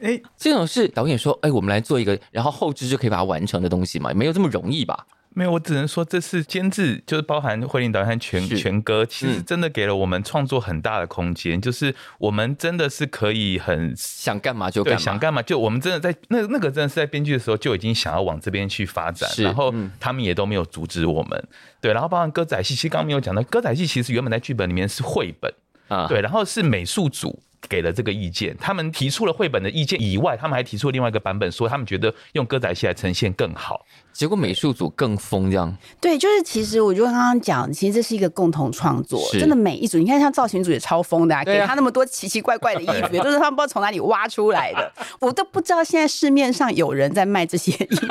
S2: 哎欸，这种是导演说，哎、欸，我们来做一个，然后后置就可以把它完成的东西嘛，没有这么容易吧？
S3: 没有，我只能说这次监制就是包含慧玲导演和全全哥，其实真的给了我们创作很大的空间，嗯、就是我们真的是可以很
S2: 想干嘛就干嘛，
S3: 想干嘛就我们真的在那那个真的是在编剧的时候就已经想要往这边去发展，然后
S2: 嗯
S3: 他们也都没有阻止我们，嗯、对，然后包含歌仔戏，其实刚刚没有讲到，歌仔戏其实原本在剧本里面是绘本啊，嗯、对，然后是美术组。给了这个意见，他们提出了绘本的意见以外，他们还提出了另外一个版本，说他们觉得用歌仔戏来呈现更好。
S2: 结果美术组更疯，这样
S1: 对，就是其实我就刚刚讲，其实这是一个共同创作，真的每一组，你看像造型组也超疯的、啊，啊、给他那么多奇奇怪怪的衣服，都是他们不知道从哪里挖出来的，我都不知道现在市面上有人在卖这些衣服，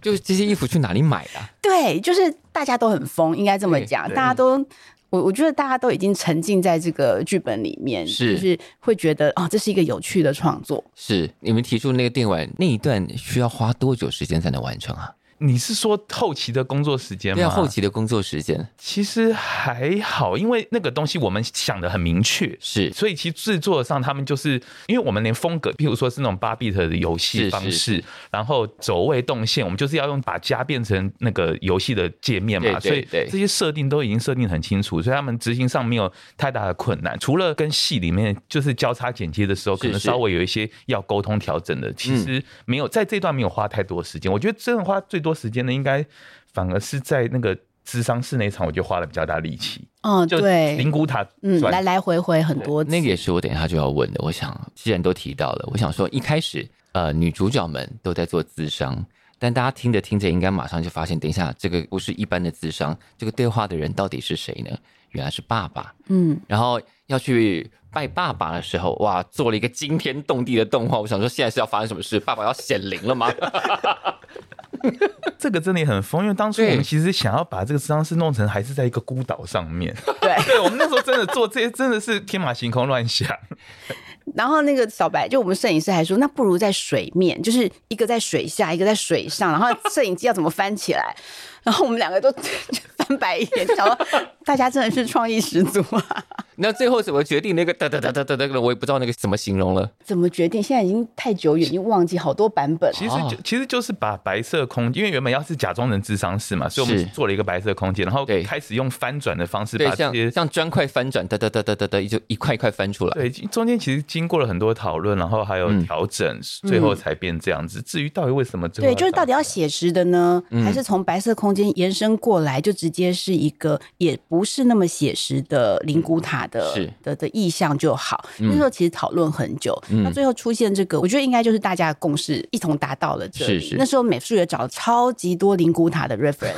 S2: 就是这些衣服去哪里买的、啊？
S1: 对，就是大家都很疯，应该这么讲，大家都。我我觉得大家都已经沉浸在这个剧本里面，
S2: 是
S1: 就是会觉得哦，这是一个有趣的创作。
S2: 是你们提出那个电玩那一段需要花多久时间才能完成啊？
S3: 你是说后期的工作时间吗？
S2: 对啊，后期的工作时间
S3: 其实还好，因为那个东西我们想的很明确，
S2: 是，
S3: 所以其实制作上他们就是因为我们连风格，譬如说是那种八 bit 的游戏方式，
S2: 是是
S3: 然后走位动线，我们就是要用把家变成那个游戏的界面嘛，
S2: 对对对
S3: 所以这些设定都已经设定很清楚，所以他们执行上没有太大的困难，除了跟戏里面就是交叉剪接的时候，可能稍微有一些要沟通调整
S2: 嗯
S3: 的，其实没有在这段没有花太多时间，我觉得真的花最。多时间的应该反而是在那个智商室那一场，我就花了比较大力气。
S1: 嗯，对，
S3: 灵骨塔，
S1: 嗯，来来回回很多次。
S2: 那个也是我等一下就要问的。我想，既然都提到了，我想说，一开始呃，女主角们都在做智商，但大家听着听着，应该马上就发现，等一下这个不是一般的智商，这个对话的人到底是谁呢？原来是爸爸。
S1: 嗯，
S2: 然后要去拜爸爸的时候，哇，做了一个惊天动地的动画。我想说，现在是要发生什么事？爸爸要显灵了吗？
S3: 这个真的也很疯，因为当初我们其实想要把这个商室弄成还是在一个孤岛上面。
S1: 对，
S3: 对我们那时候真的做这些真的是天马行空乱想。
S1: 然后那个小白就我们摄影师还说，那不如在水面，就是一个在水下，一个在水上，然后摄影机要怎么翻起来？然后我们两个都 翻白眼，就想说大家真的是创意十足啊！
S2: 那最后怎么决定那个哒哒哒哒哒哒的？我也不知道那个怎么形容了。
S1: 怎么决定？现在已经太久远，已经忘记好多版本。
S3: 其实就其实就是把白色空，因为原本要是假装人智商室嘛，所以我
S2: 是
S3: 们做了一个白色空间，然后
S2: 对
S3: 开始用翻转的方式
S2: 对
S3: 把，这些
S2: 像像砖块翻转，哒哒哒哒哒哒，就一块一块翻出来。
S3: 对，中间其实经过了很多讨论，然后还
S1: 嗯
S3: 有调整，最后才变这样子。至于到底为什么最
S2: 啊
S3: 后
S1: 对，
S3: 要
S1: 就是到底要写实的呢，还
S2: 嗯
S1: 是从白色空间延伸过来，就直接是一个也不是那么写实的灵骨塔的、
S2: 嗯是嗯
S1: 的的意象就好。那时候其实讨论很久，那最后出现这个，我觉得应该就是大家的共识一同达到了这里。
S2: 是是
S1: 那时候美术也找了超级多灵骨塔的 reference。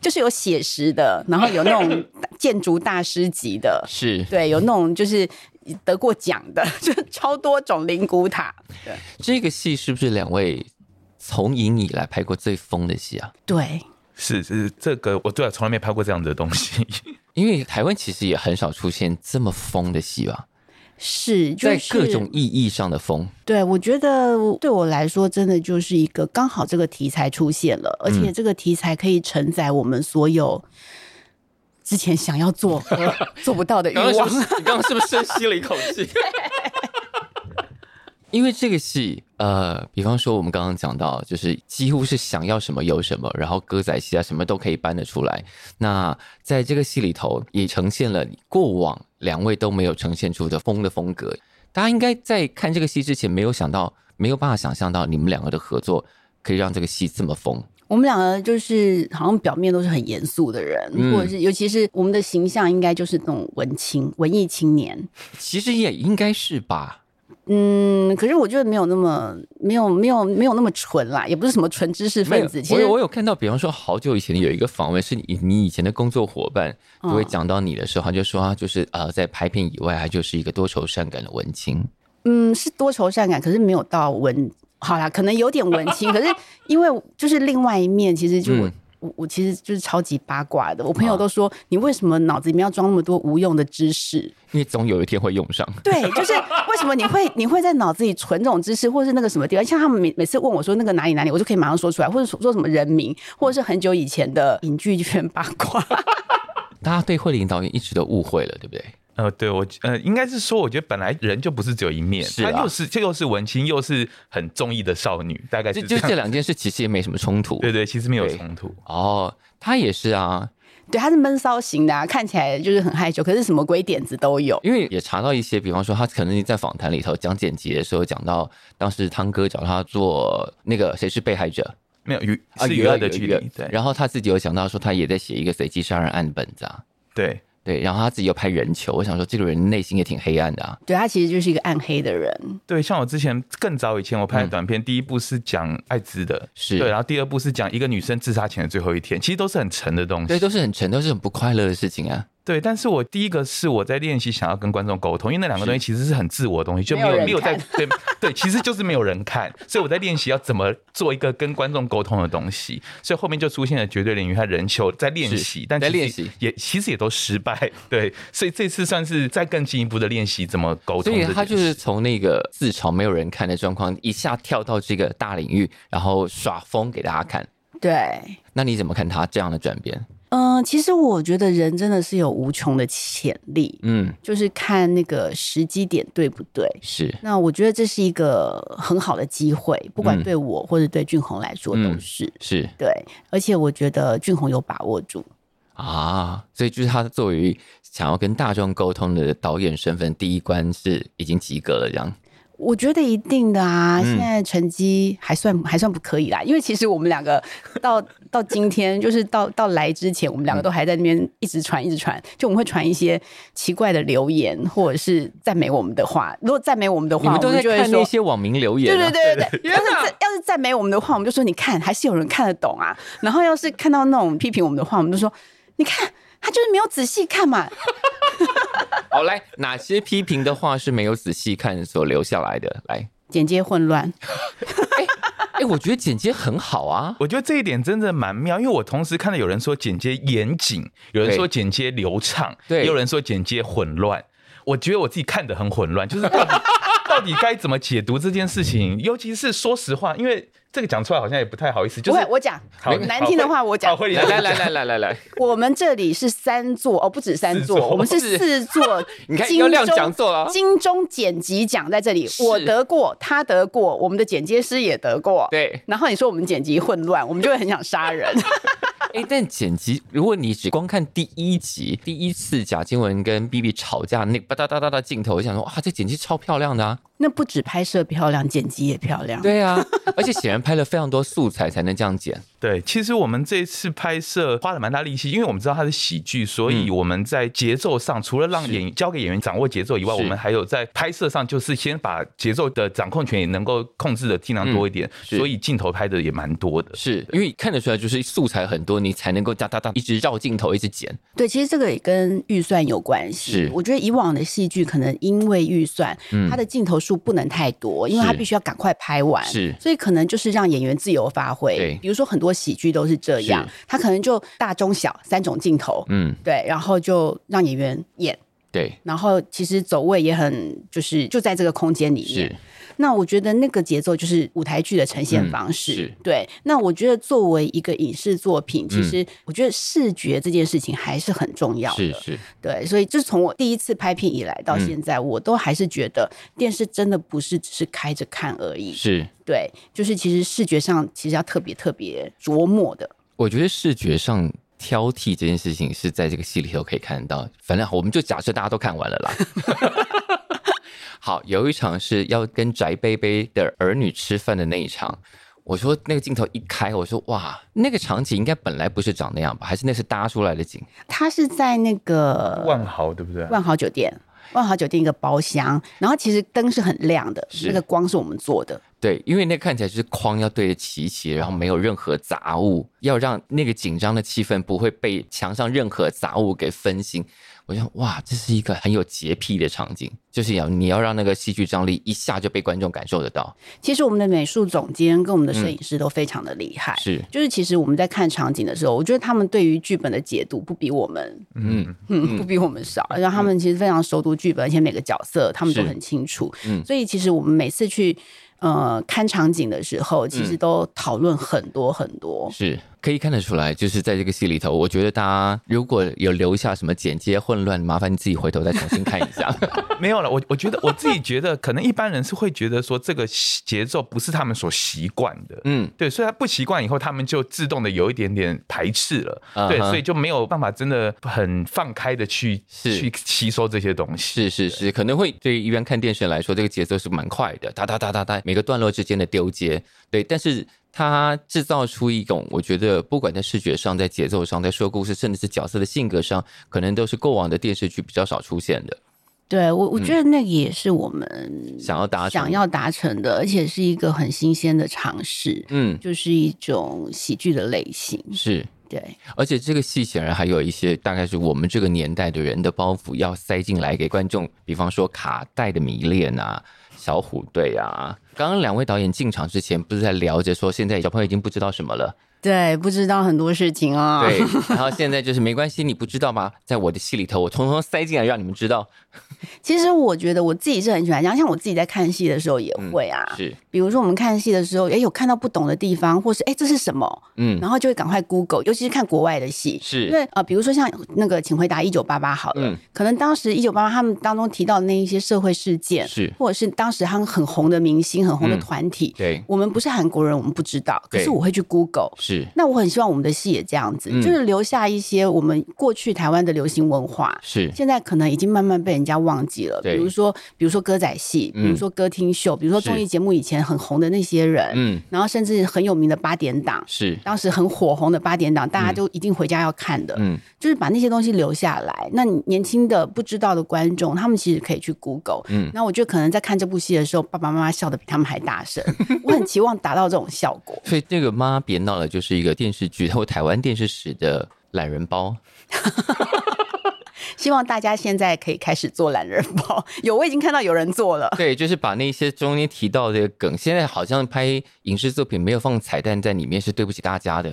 S1: 就是有写实的，然后有那 种建筑大师级的，
S2: 是，
S1: 对，有那种就是得过奖的， 就超多种灵骨塔。
S2: 这个戏是不是两位从影以来拍过最疯的戏啊？
S1: 对，
S3: 是是这个，我对啊，从来没拍过这样的东西。
S2: 因为台湾其实也很少出现这么疯的戏吧，
S1: 是、就
S2: 在
S1: 是、
S2: 各种意义上的疯。
S1: 对，我觉得对我来说，真的就是一个刚好这个题材出现了，而
S2: 嗯
S1: 且这个题材可以承载我们所有之前想要 做和做不到的欲
S2: 刚刚
S1: 望
S2: 是。不是 你刚刚是不是深吸了一口气？因为这个戏，呃，比方说我们刚刚讲到，就是几乎是想要什么有什么，然后歌仔戏啊什么都可以搬得出来。那在这个戏里头，也呈现了过往两位都没有呈现出的风的风格。大家应该在看这个戏之前，没有想到，没有办法想象到你们两个的合作可以让这个戏这么疯。
S1: 我们两个就是好像表面都是很严肃的人，
S2: 嗯
S1: 或者是尤其是我们的形象，应该就是那种文青、文艺青年。
S2: 其实也应该是吧，
S1: 嗯，可是我觉得没有那么没有没有没有那么纯啦，也不是什么纯知识
S2: 没有
S1: 分子。，其
S2: 我
S1: 实
S2: 有我有看到，比方说好久以前有一个访问，是你你以前的工作伙伴都会
S1: 嗯
S2: 讲到你的时候，他就说他就是呃，在拍片以外，他就是一个多愁善感的文青。
S1: 嗯，是多愁善感，可是没有到文，好啦，可能有点文青，可是因为就是另外一面，其实就我、
S2: 嗯
S1: 我我其实就是超级八卦的，我朋友都说、你为什么脑子里面要装那么多无用的知识？
S2: 因为总有一天会用上，
S1: 对，就是为什么你会你会在脑子里存这种知识，或是那个什么地方？像他们每每次问我说那个哪里哪里，我就可以马上说出来，或者说说什么人名，或者是很久以前的影剧圈八卦。
S2: 大家对慧玲导演一直都误会了，对不对？
S3: 呃，对我呃，应该是说，我觉得本来人就不是只有一面，
S2: 是
S3: 她
S2: 啊
S3: 又是这又是文青，又是很中意的少女，大概
S2: 就是就
S3: 这
S2: 这
S3: 样。
S2: 两件事其实也没什么冲突。
S3: 对对，其实没有
S2: 对
S3: 冲突。
S2: 哦，他也是啊，
S1: 对，他是闷骚型的、啊，看起来就是很害羞，可是什么鬼点子都有。
S2: 因为也查到一些，比方说他可能在访谈里头讲剪辑的时候，讲到当时汤哥找他做那个谁是被害者，
S3: 没有娱
S2: 啊，
S3: 是娱
S2: 有啊
S3: 乐的
S2: 有
S3: 距
S2: 有
S3: 离，对
S2: 然后他自己有讲到说，他也在写一个随机杀人案本子啊，
S3: 对，
S2: 对，然后他自己又拍人球，我想说这个人内心也挺黑暗的啊。
S1: 对他其实就是一个暗黑的人。
S3: 对，像我之前更早以前我拍的短片，第一部是讲艾滋的，
S2: 嗯是
S3: 对，然后第二部是讲一个女生自杀前的最后一天，其实都是很沉的东
S2: 对，
S3: 西。
S2: 都是很沉，都是很不快乐的事情啊。
S3: 对，但是我第一个是我在练习想要跟观众沟通，因为那两个东西其实是很自我的东西，就没
S1: 没有
S3: 有
S1: 人
S3: 没有在
S1: 看
S3: 对对，其实就是没有人看，所以我在练习要怎么做一个跟观众沟通的东西，所以后面就出现了绝对领域和人球在练习
S2: 是，
S3: 但
S2: 在
S3: 其实
S2: 练习
S3: 也其实也都失败，对，所以这次算是再更进一步的练习怎么沟
S2: 所
S3: 通这
S2: 以
S3: 件事。
S2: 他就是从那个自嘲没有人看的状况，一下跳到这个大领域，然后耍疯给大家看。
S1: 对，
S2: 那你怎么看他这样的转变？
S1: 嗯、其实我觉得人真的是有无穷的潜力，
S2: 嗯，
S1: 就是看那个时机点对不对。
S2: 是
S1: 那我觉得这是一个很好的机会，不管对我或者对俊宏来说
S2: 嗯
S1: 都是、
S2: 是
S1: 对。而且我觉得俊宏有把握住，
S2: 啊，所以就是他作为想要跟大众沟通的导演身份，第一关是已经及格了，这样。
S1: 我觉得一定的啊。
S2: 嗯
S1: 现在成绩还算还算不可以啦，因为其实我们两个到到今天，就是到到来之前，我们
S2: 嗯
S1: 两个都还在那边一直传一直传，就我们会传一些奇怪的留言或者是赞美我们的话。如果赞美我们的
S2: 你
S1: 话，
S2: 们都
S1: 我
S2: 在
S1: 们就会
S2: 看那
S1: 说。
S2: 些网民留言、
S1: 对
S2: 啊，
S1: 对对对 对，要是赞要是赞美我们的话，我们就说你看还是有人看得懂啊。然后要是看到那种批评我们的话，我们就说你看他就是没有仔细看嘛。
S2: 好，来，哪些批评的话是没有仔细看所留下来的？来，
S1: 简介混乱，
S2: 哎、我觉得剪接很好啊，
S3: 我觉得这一点真的蛮妙，因为我同时看到有人说剪接严谨，有人说
S2: 对
S3: 剪接流畅，
S2: 对
S3: 也有人说剪接混乱。我觉得我自己看得很混乱，就是到底 到底该怎么解读这件事情，尤其是说实话，因为这个讲出来好像也不太好意思，就
S1: 不
S3: 是
S1: 会，我讲
S3: 好
S1: 难听的话，我讲
S3: 好。会
S2: 来来来来来来来，。
S1: 我们这里是三座哦，不止三
S3: 四
S1: 座，
S3: 座
S1: 我们是四座
S2: 你看
S1: 金
S2: 又亮
S1: 钟
S2: 讲座了
S1: 金钟剪辑奖在这里，
S2: 是
S1: 我得过，他得过，我们的剪接师也得过。
S2: 对，
S1: 然后你说我们剪辑混乱，我们就会很想杀人。
S2: 哎、但剪辑，如果你只光看第一集，第一次贾静雯跟 B B 吵架那吧嗒嗒嗒的镜头，我想说，哇，这剪辑超漂亮的啊！
S1: 那不止拍摄漂亮，剪辑也漂亮。
S2: 对啊， 而且显然拍了非常多素材才能这样剪。
S3: 对，其实我们这一次拍摄花了蛮大力气，因为我们知道它是喜剧，所以我们在节奏上，除了让演交给演员掌握节奏以外，
S2: 是
S3: 我们还有在拍摄上，就是先把节奏的掌控权也能够控制的尽量多一点，
S2: 是
S3: 所以镜头拍的也蛮多的。
S2: 是因为看得出来，就是素材很多，你才能够哒哒哒一直绕镜头，一直剪。
S1: 对，其实这个也跟预算有关系
S2: 是。嗯
S1: 我觉得以往的戏剧可能因为预算，它的镜头数不能太多，因为它
S2: 是
S1: 必须要赶快拍完，
S2: 是
S1: 所以可能就是让演员自由发
S2: 对
S1: 挥。比如说很多喜剧都是这样
S2: 是，
S1: 它可能就大、中、小三种镜头，
S2: 嗯，
S1: 对，然后就让演员演。
S2: 对，
S1: 然后其实走位也很，就是就在这个空间里面
S2: 是。
S1: 那我觉得那个节奏就是舞台剧的呈现方
S2: 嗯
S1: 式。
S2: 是嗯
S1: 对，那我觉得作为一个影视作品，其实我觉得视觉这件事情还是很重要
S2: 是嗯
S1: 的。
S2: 是，
S1: 对，所以就是从我第一次拍片以来到现在，我都还是觉得电视真的不是只是开着看而已。
S2: 是。
S1: 对，就是其实视觉上其实要特别特别琢磨的。
S2: 我觉得视觉上挑剔这件事情是在这个戏里头可以看得到。反正好我们就假设大家都看完了啦。 好，有一场是要跟翟贝贝的儿女吃饭的那一场。我说那个镜头一开，我说哇，那个场景应该本来不是长那样吧？还是那是搭出来的景？
S1: 它是在那个
S3: 万豪对不对？
S1: 万豪酒店，万豪酒店一个包厢，然后其实灯是很亮的，
S2: 是
S1: 那个光是我们做的，
S2: 对，因为那看起来就是框要对得齐齐，然后没有任何杂物，要让那个紧张的气氛不会被墙上任何杂物给分心。我想，哇，这是一个很有洁癖的场景，就是要你要让那个戏剧张力一下就被观众感受得到。
S1: 其实我们的美术总监跟我们的
S2: 嗯
S1: 摄影师都非常的厉害。
S2: 是，
S1: 就是其实我们在看场景的时候，我觉得他们对于剧本的解读不比我们，
S2: 嗯，
S1: 嗯，不比我们少。然后他们其实非常熟读剧本，而且每个角色他们都
S2: 嗯是
S1: 很清楚。
S2: 嗯
S1: 所以其实我们每次去呃看场景的时候，其
S2: 嗯
S1: 实都讨论很多很多。
S2: 是可以看得出来，就是在这个戏里头，我觉得大家如果有留下什么剪接混乱，麻烦你自己回头再重新看一下。
S3: 没有了，我我觉得我自己觉得，可能一般人是会觉得说这个节奏不是他们所习惯的，
S2: 嗯，
S3: 对，所以他不习惯以后，他们就自动的有一点点排斥了
S2: 嗯哼
S3: 对，所以就没有办法真的很放开的去
S2: 是
S3: 去吸收这些东西。
S2: 是是是，可能会对于一般看电视人来说，这个节奏是蛮快的，哒哒哒哒哒，每个段落之间的丢接，对，但是它制造出一种，我觉得不管在视觉上、在节奏上、在说故事，甚至是角色的性格上，可能都是过往的电视剧比较少出现的。
S1: 对我，我觉得那个也是我们
S2: 想要嗯达成
S1: 想要达成的，而且是一个很新鲜的尝试。
S2: 嗯，
S1: 就是一种喜剧的类型。
S2: 是。
S1: 对，
S2: 而且这个戏显然还有一些大概是我们这个年代的人的包袱要塞进来给观众，比方说卡带的迷恋啊、小虎队啊。刚刚两位导演进场之前不是在聊着说，现在小朋友已经不知道什么了。
S1: 对，不知道很多事情啊、
S2: 对，然后现在就是没关系，你不知道吗？在我的戏里头，我通通塞进来让你们知道。
S1: 其实我觉得我自己是很喜欢这样，像我自己在看戏的时候也会啊。
S2: 嗯是，
S1: 比如说我们看戏的时候，哎，有看到不懂的地方，或是哎这是什么，
S2: 嗯，
S1: 然后就会赶快 Google，尤其是看国外的戏。因
S2: 是，
S1: 为呃，比如说像那个《请回答一九八八》好了，
S2: 嗯
S1: 可能当时一九八八他们当中提到的那一些社会事件，
S2: 是
S1: 或者是当时他们很红的明星、很红的
S2: 嗯
S1: 团体，
S2: 对，
S1: 我们不是韩国人，我们不知道，可
S2: 对
S1: 是我会去 Google，
S2: 是，
S1: 那我很希望我们的戏也这样子，
S2: 嗯
S1: 就是留下一些我们过去台湾的流行文化。
S2: 是，
S1: 现在可能已经慢慢被人家忘记了，比
S2: 对
S1: 如说，比如说歌仔戏，
S2: 嗯
S1: 比如说歌厅秀，比如说
S2: 是
S1: 综艺节目以前很红的那些人，
S2: 嗯，
S1: 然后甚至很有名的八点档，
S2: 是，
S1: 当时很火红的八点档，大家都一定回家要看的，
S2: 嗯，
S1: 就是把那些东西留下来。那你年轻的不知道的观众，他们其实可以去 Google，
S2: 嗯
S1: 那我觉得可能在看这部戏的时候，爸爸妈妈笑得比他们还大 声，我很期望达到这种效果。
S2: 所以这个《妈别闹了》就是一个电视剧，或台湾电视史的懒人包。
S1: 希望大家现在可以开始做懒人包。有，我已经看到有人做 了。
S2: 对，就是把那些中间提到的梗，现在好像拍影视作品没有放彩蛋在里面是对不起大家的。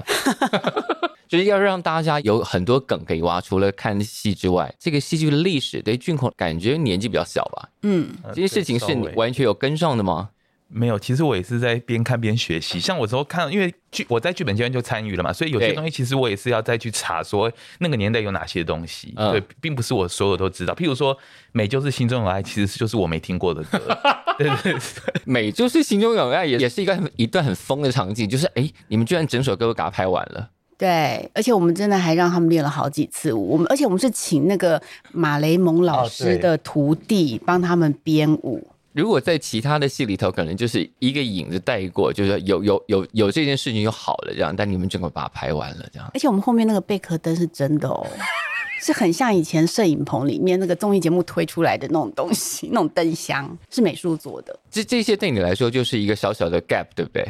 S2: 就是要让大家有很多梗可以挖。除了看戏之外，这个戏剧历史对俊孔感觉年纪比较小吧？
S1: 嗯，
S3: 啊呃
S2: 这些事情是你完全有跟上的吗？
S3: 没有，其实我也是在边看边学习。像我之后看，因为剧我在剧本阶段就参与了嘛，所以有些东西其实我也是要再去查，说那个年代有哪些东西。
S2: 嗯
S3: 对，并不是我所有都知道。譬如说《美就是心中有爱》，其实就是我没听过的歌。 对对对
S2: 美就是心中有爱，也也是一个很一段很疯的场景，就是哎、你们居然整首歌都给它拍完了，
S1: 对，而且我们真的还让他们练了好几次舞。我们而且我们是请那个马雷蒙
S2: 哦
S1: 老师的徒弟帮他们编舞。
S2: 如果在其他的戏里头，可能就是一个影子带过，就是有有有有这件事情就好了这样，但你们整个把它拍完了这样。
S1: 而且我们后面那个贝壳灯是真的哦，是很像以前摄影棚里面那个综艺节目推出来的那种东西，那种灯箱是美术做的。
S2: 这这些对你来说就是一个小小的 gap，对不对？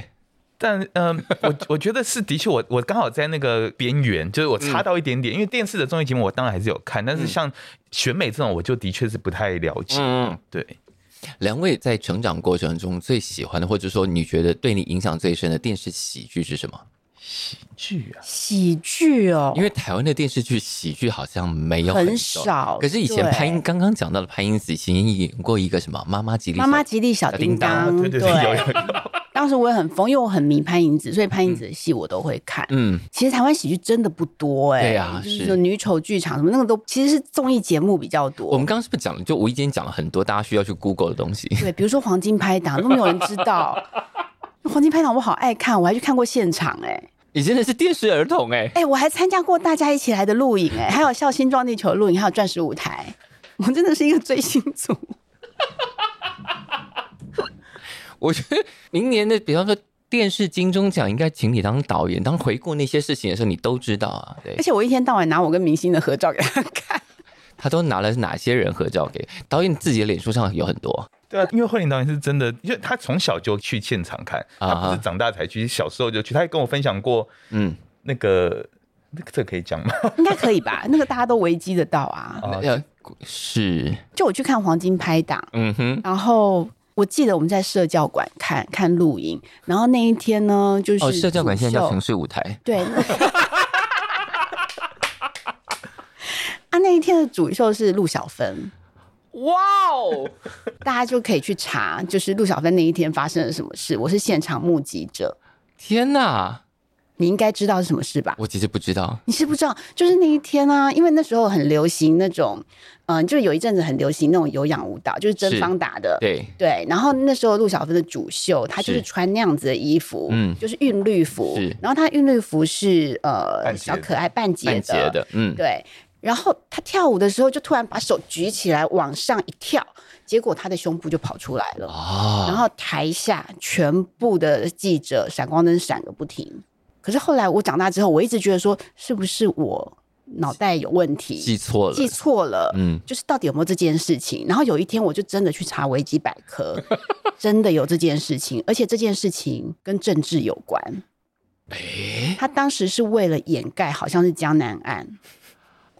S3: 但嗯，我我觉得是的确，我我刚好在那个边缘，就是我差到一点
S2: 嗯
S3: 点。因为电视的综艺节目我当然还是有看，但是像选美这种，我就的确是不太了解。
S2: 嗯，
S3: 对，
S2: 两位在成长过程中最喜欢的，或者说你觉得对你影响最深的电视喜剧是什么？
S3: 剧啊，
S1: 喜剧哦，
S2: 因为台湾的电视剧喜剧好像没有
S1: 很
S2: 少，
S1: 少。
S2: 可是以前
S1: 对
S2: 潘刚刚讲到的潘英子以前演过一个什么妈妈吉利小
S1: 妈妈吉利小
S2: 小
S1: 叮
S2: 叮当
S1: 当，
S3: 对对对，有有有。
S1: 当时我也很疯，因为我很迷潘迎紫，所以潘迎紫的戏我都会看。
S2: 嗯
S1: 其实台湾喜剧真的不多哎、
S2: 对啊
S1: 就是
S2: 是
S1: 说女丑剧场什么那个都其实是综艺节目比较多。
S2: 我们刚刚是不是讲了？就无意间讲了很多大家需要去 Google 的东西。
S1: 对，比如说黄金拍档都没有人知道，黄金拍档我好爱看，我还去看过现场哎、
S2: 你真的是电视儿童哎、
S1: 哎、我还参加过大家一起来的录影哎、还有孝心撞地球的录影，还有钻石舞台，我真的是一个追星族。欸
S2: 我觉得明年的，比方说电视金钟奖，应该请你当导演，当回顾那些事情的时候，你都知道啊。对
S1: 而，且我一天到晚拿我跟明星的合照给他看，
S2: 他都拿了哪些人合照给导演自己的脸书上有很多。
S3: 对啊，因为慧玲导演是真的，因为他从小就去现场看，
S2: 啊
S3: 他不是长大才去，小时候就去。他还跟我分享过
S2: 嗯，
S3: 那个，那个这个可以讲吗？
S1: 应该可以吧？那个大家都危机得到啊。
S3: 啊
S2: 呃要是，
S1: 就我去看黄金拍档，
S2: 嗯哼，
S1: 然后我记得我们在社教馆看看录影，然后那一天呢，就是
S2: 哦，社交馆现在
S1: 主
S2: 叫
S1: 秀
S2: 城市舞台，
S1: 对。那啊，那一天的主秀是陆小芬，
S2: 哇哦，
S1: 大家就可以去查，就是陆小芬那一天发生了什么事。我是现场目击者，
S2: 天哪！
S1: 你应该知道是什么事吧？
S2: 我其实不知道，
S1: 你是不知道，就是那一天啊，因为那时候很流行那种，嗯、就是有一阵子很流行那种有氧舞蹈，就是
S2: 是
S1: 甄方达的，
S2: 对，
S1: 对，然后那时候陆小芬的主秀，她就是
S2: 是
S1: 穿那样子的衣服，
S2: 嗯
S1: 就是韵律服
S2: 是。
S1: 然后她韵律服是
S3: 半
S1: 呃
S3: 截的
S1: 小可爱半截的，
S2: 半截的，嗯，
S1: 对。然后她跳舞的时候，就突然把手举起来往上一跳，结果她的胸部就跑出来了。然
S2: 啊，
S1: 后台下全部的记者闪光灯闪个不停。可是后来我长大之后，我一直觉得说，是不是我脑袋有问题？
S2: 记错了，
S1: 记错了，
S2: 嗯
S1: 嗯，就是到底有没有这件事情？然后有一天我就真的去查维基百科， 真的有这件事情，而且这件事情跟政治有关。
S2: 哎，
S1: 他当时是为了掩盖，好像是江南案，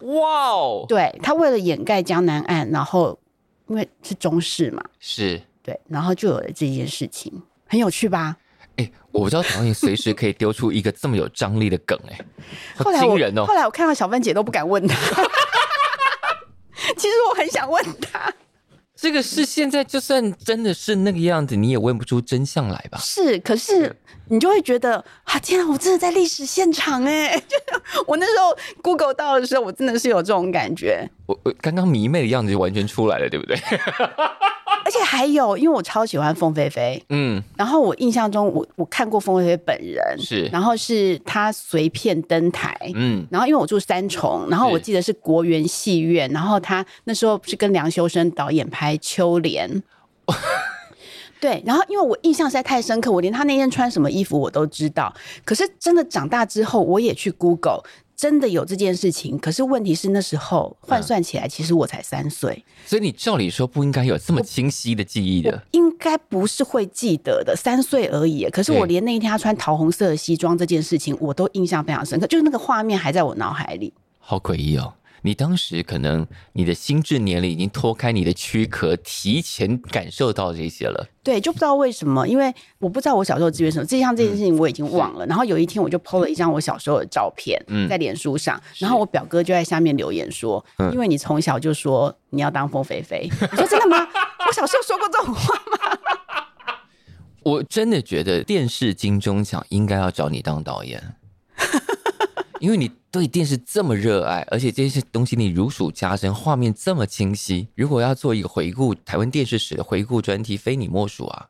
S2: 哇哦，
S1: 对他为了掩盖江南案，然后因为是中式嘛，
S2: 是。
S1: 对，然后就有了这件事情，很有趣吧？
S2: 哎、我不知道导演随时可以丢出一个这么有张力的梗、哎，好
S1: 后来
S2: 惊
S1: 我
S2: 人哦、
S1: 后来我看到小芬姐都不敢问他， 其实我很想问他，
S2: 这个是现在就算真的是那个样子，你也问不出真相来吧？
S1: 是，可是你就会觉得啊，天啊，我真的在历史现场哎、就是 我那时候 Google 到的时候，我真的是有这种感觉，
S2: 我我刚刚迷妹的样子就完全出来了，对不对？
S1: 而且还有，因为我超喜欢凤飞飞，
S2: 嗯，
S1: 然后我印象中我我看过凤飞飞本人，
S2: 是
S1: 然后是她随便登台，
S2: 嗯，
S1: 然后因为我住三重，然后
S2: 是
S1: 我记得是国园戏院，然后他那时候是跟梁修身导演拍《秋莲》。对，然后因为我印象实在太深刻，我连他那天穿什么衣服我都知道。可是真的长大之后，我也去 Google，真的有这件事情。可是问题是那时候换算起来，其实我才三岁，
S2: 所以你照理说不应该有这么清晰的记忆的，
S1: 应该不是会记得的，三岁而已。可是我
S2: 对
S1: 连那一天他穿桃红色的西装这件事情，我都印象非常深刻，就是那个画面还在我脑海里。
S2: 好诡异哦。你当时可能你的心智年龄已经脱开你的躯壳，提前感受到这些了。
S1: 对，就不知道为什么，因为我不知道我小时候志愿什么，这像这件事
S3: 嗯
S1: 情我已经忘了。然后有一天我就 PO 了一张我小时候的照片，
S3: 嗯
S1: 在脸书上，然后我表哥就在下面留言说：“
S3: 嗯
S1: 因为你从小就说你要当凤飞飞。”我说：“真的吗？我小时候说过这种话吗？”
S2: 我真的觉得电视金钟奖应该要找你当 导演，因为你对电视这么热爱，而且这些东西你如数家珍，画面这么清晰。如果要做一个回顾台湾电视史的回顾专题，非你莫属啊！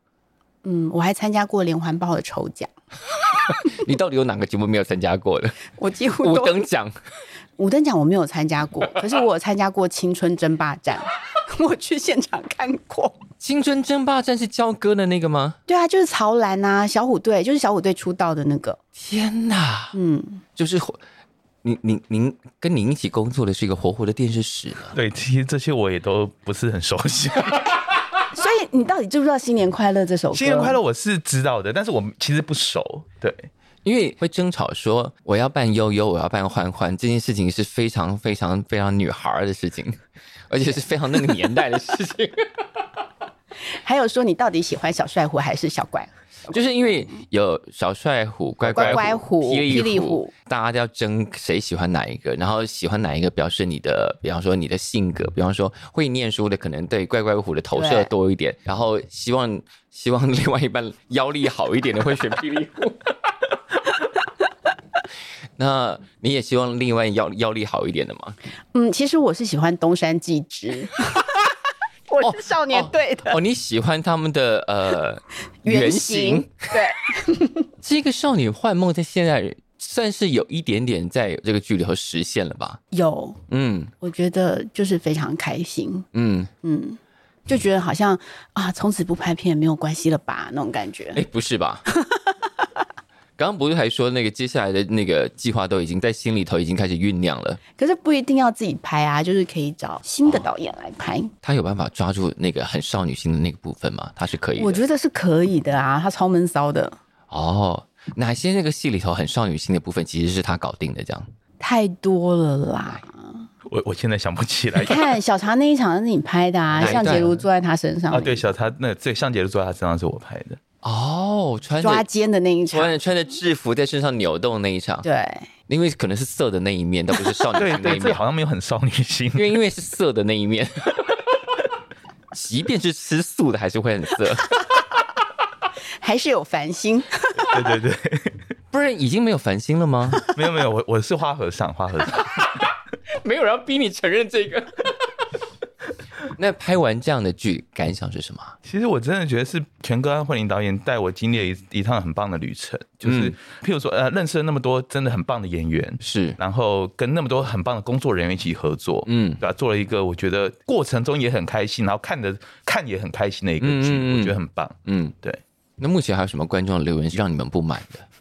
S1: 嗯，我还参加过连环报的抽奖。
S2: 你到底有哪个节目没有参加过的？
S1: 我几乎
S2: 五等奖，
S1: 五等奖我没有参加过，可是我有参加过青春争霸战， 我去现场看过。
S2: 青春争霸战是焦哥的那个吗？
S1: 对啊，就是曹兰啊，小虎队，就是小虎队出道的那个。
S2: 天哪，
S1: 嗯，
S2: 就是您您您跟您一起工作的是一个活活的电视史呢。
S3: 对，其实这些我也都不是很熟 悉。
S1: 所以你到底知不知道《新年快乐》这首歌？
S3: 新年快乐我是知道的，但是我其实不熟。对，
S2: 因为会争吵说我要扮悠悠，我要扮欢欢，这件事情是非常非常非常女孩的事情，而且是非常那个年代的事情。
S1: 还有说你到底喜欢小帅虎还是小乖？
S2: 就是因为有小帅虎、
S1: 嗯
S2: 乖
S1: 哦乖
S2: 乖
S1: 虎、
S2: 霹
S1: 雳
S2: 虎，大家要争谁喜欢哪一个，然后喜欢哪一个表示你的，比方说你的性格，比方说会念书的可能对乖乖虎的投射多一点，然后希望希望 另外一半腰力好一点的 会选霹雳虎。 那你也希望另外腰腰力好一点的吗？
S1: 嗯，其实我是喜欢东山纪之。 我是少年队的、
S2: 哦哦、哦，你喜欢他们的呃
S1: 原型？对，
S2: 这个少女幻梦在现在算是有一点点在这个剧里头实现了吧？
S1: 有，
S2: 嗯，
S1: 我觉得就是非常开心，
S2: 嗯
S1: 嗯，就觉得好像啊，从此不拍片没有关系了吧那种感觉。
S2: 哎，不 是吧？刚刚不是还说那个接下来的那个计划都已经在心里头已经开始酝酿了，
S1: 可是不一定要自己拍啊，就是可以找新的导演来拍。哦、
S2: 他有办法抓住那个很少女心的那个部分吗？他是可以的，
S1: 我觉得是可以的啊，他超闷骚的。
S2: 哦，哪些那个戏里头很少女心的部分其实是他搞定的，这样
S1: 太多了啦。
S3: 我我现在想不起来。
S1: 你看小茶那一场是你拍的哎啊，哦向杰如坐在他身上
S3: 啊，对，小茶那对向杰如坐在他身上是我拍的。
S2: 哦，穿
S1: 抓奸的那一场，
S2: 穿穿着制服在身上扭动那一场，
S1: 对，
S2: 因为可能是色的那一面，但不是少女心那一面，
S3: 对对，这好像没有很少女心，
S2: 因为因为是色的那一面， 即便是吃素的还是会很色，
S1: 还是有烦心，
S3: 对对对，
S2: 不是已经没有烦心了吗？
S3: 没有没有，我我是花和尚，花和尚，
S2: 没有人要逼你承认这个。那拍完这样的剧，感想是什么？
S3: 其实我真的觉得是全哥安慧玲导演带我经历了一一趟很棒的旅程，就是、嗯、譬如说呃，认识了那么多真的很棒的演员，
S2: 是，
S3: 然后跟那么多很棒的工作人员一起合作，
S2: 嗯，
S3: 对吧、啊？做了一个我觉得过程中也很开心，然后看的看也很开心的一个剧，
S2: 嗯嗯
S3: 我觉得很棒，
S2: 嗯，
S3: 对。
S2: 那目前还有什么观众留言是让你们不满的？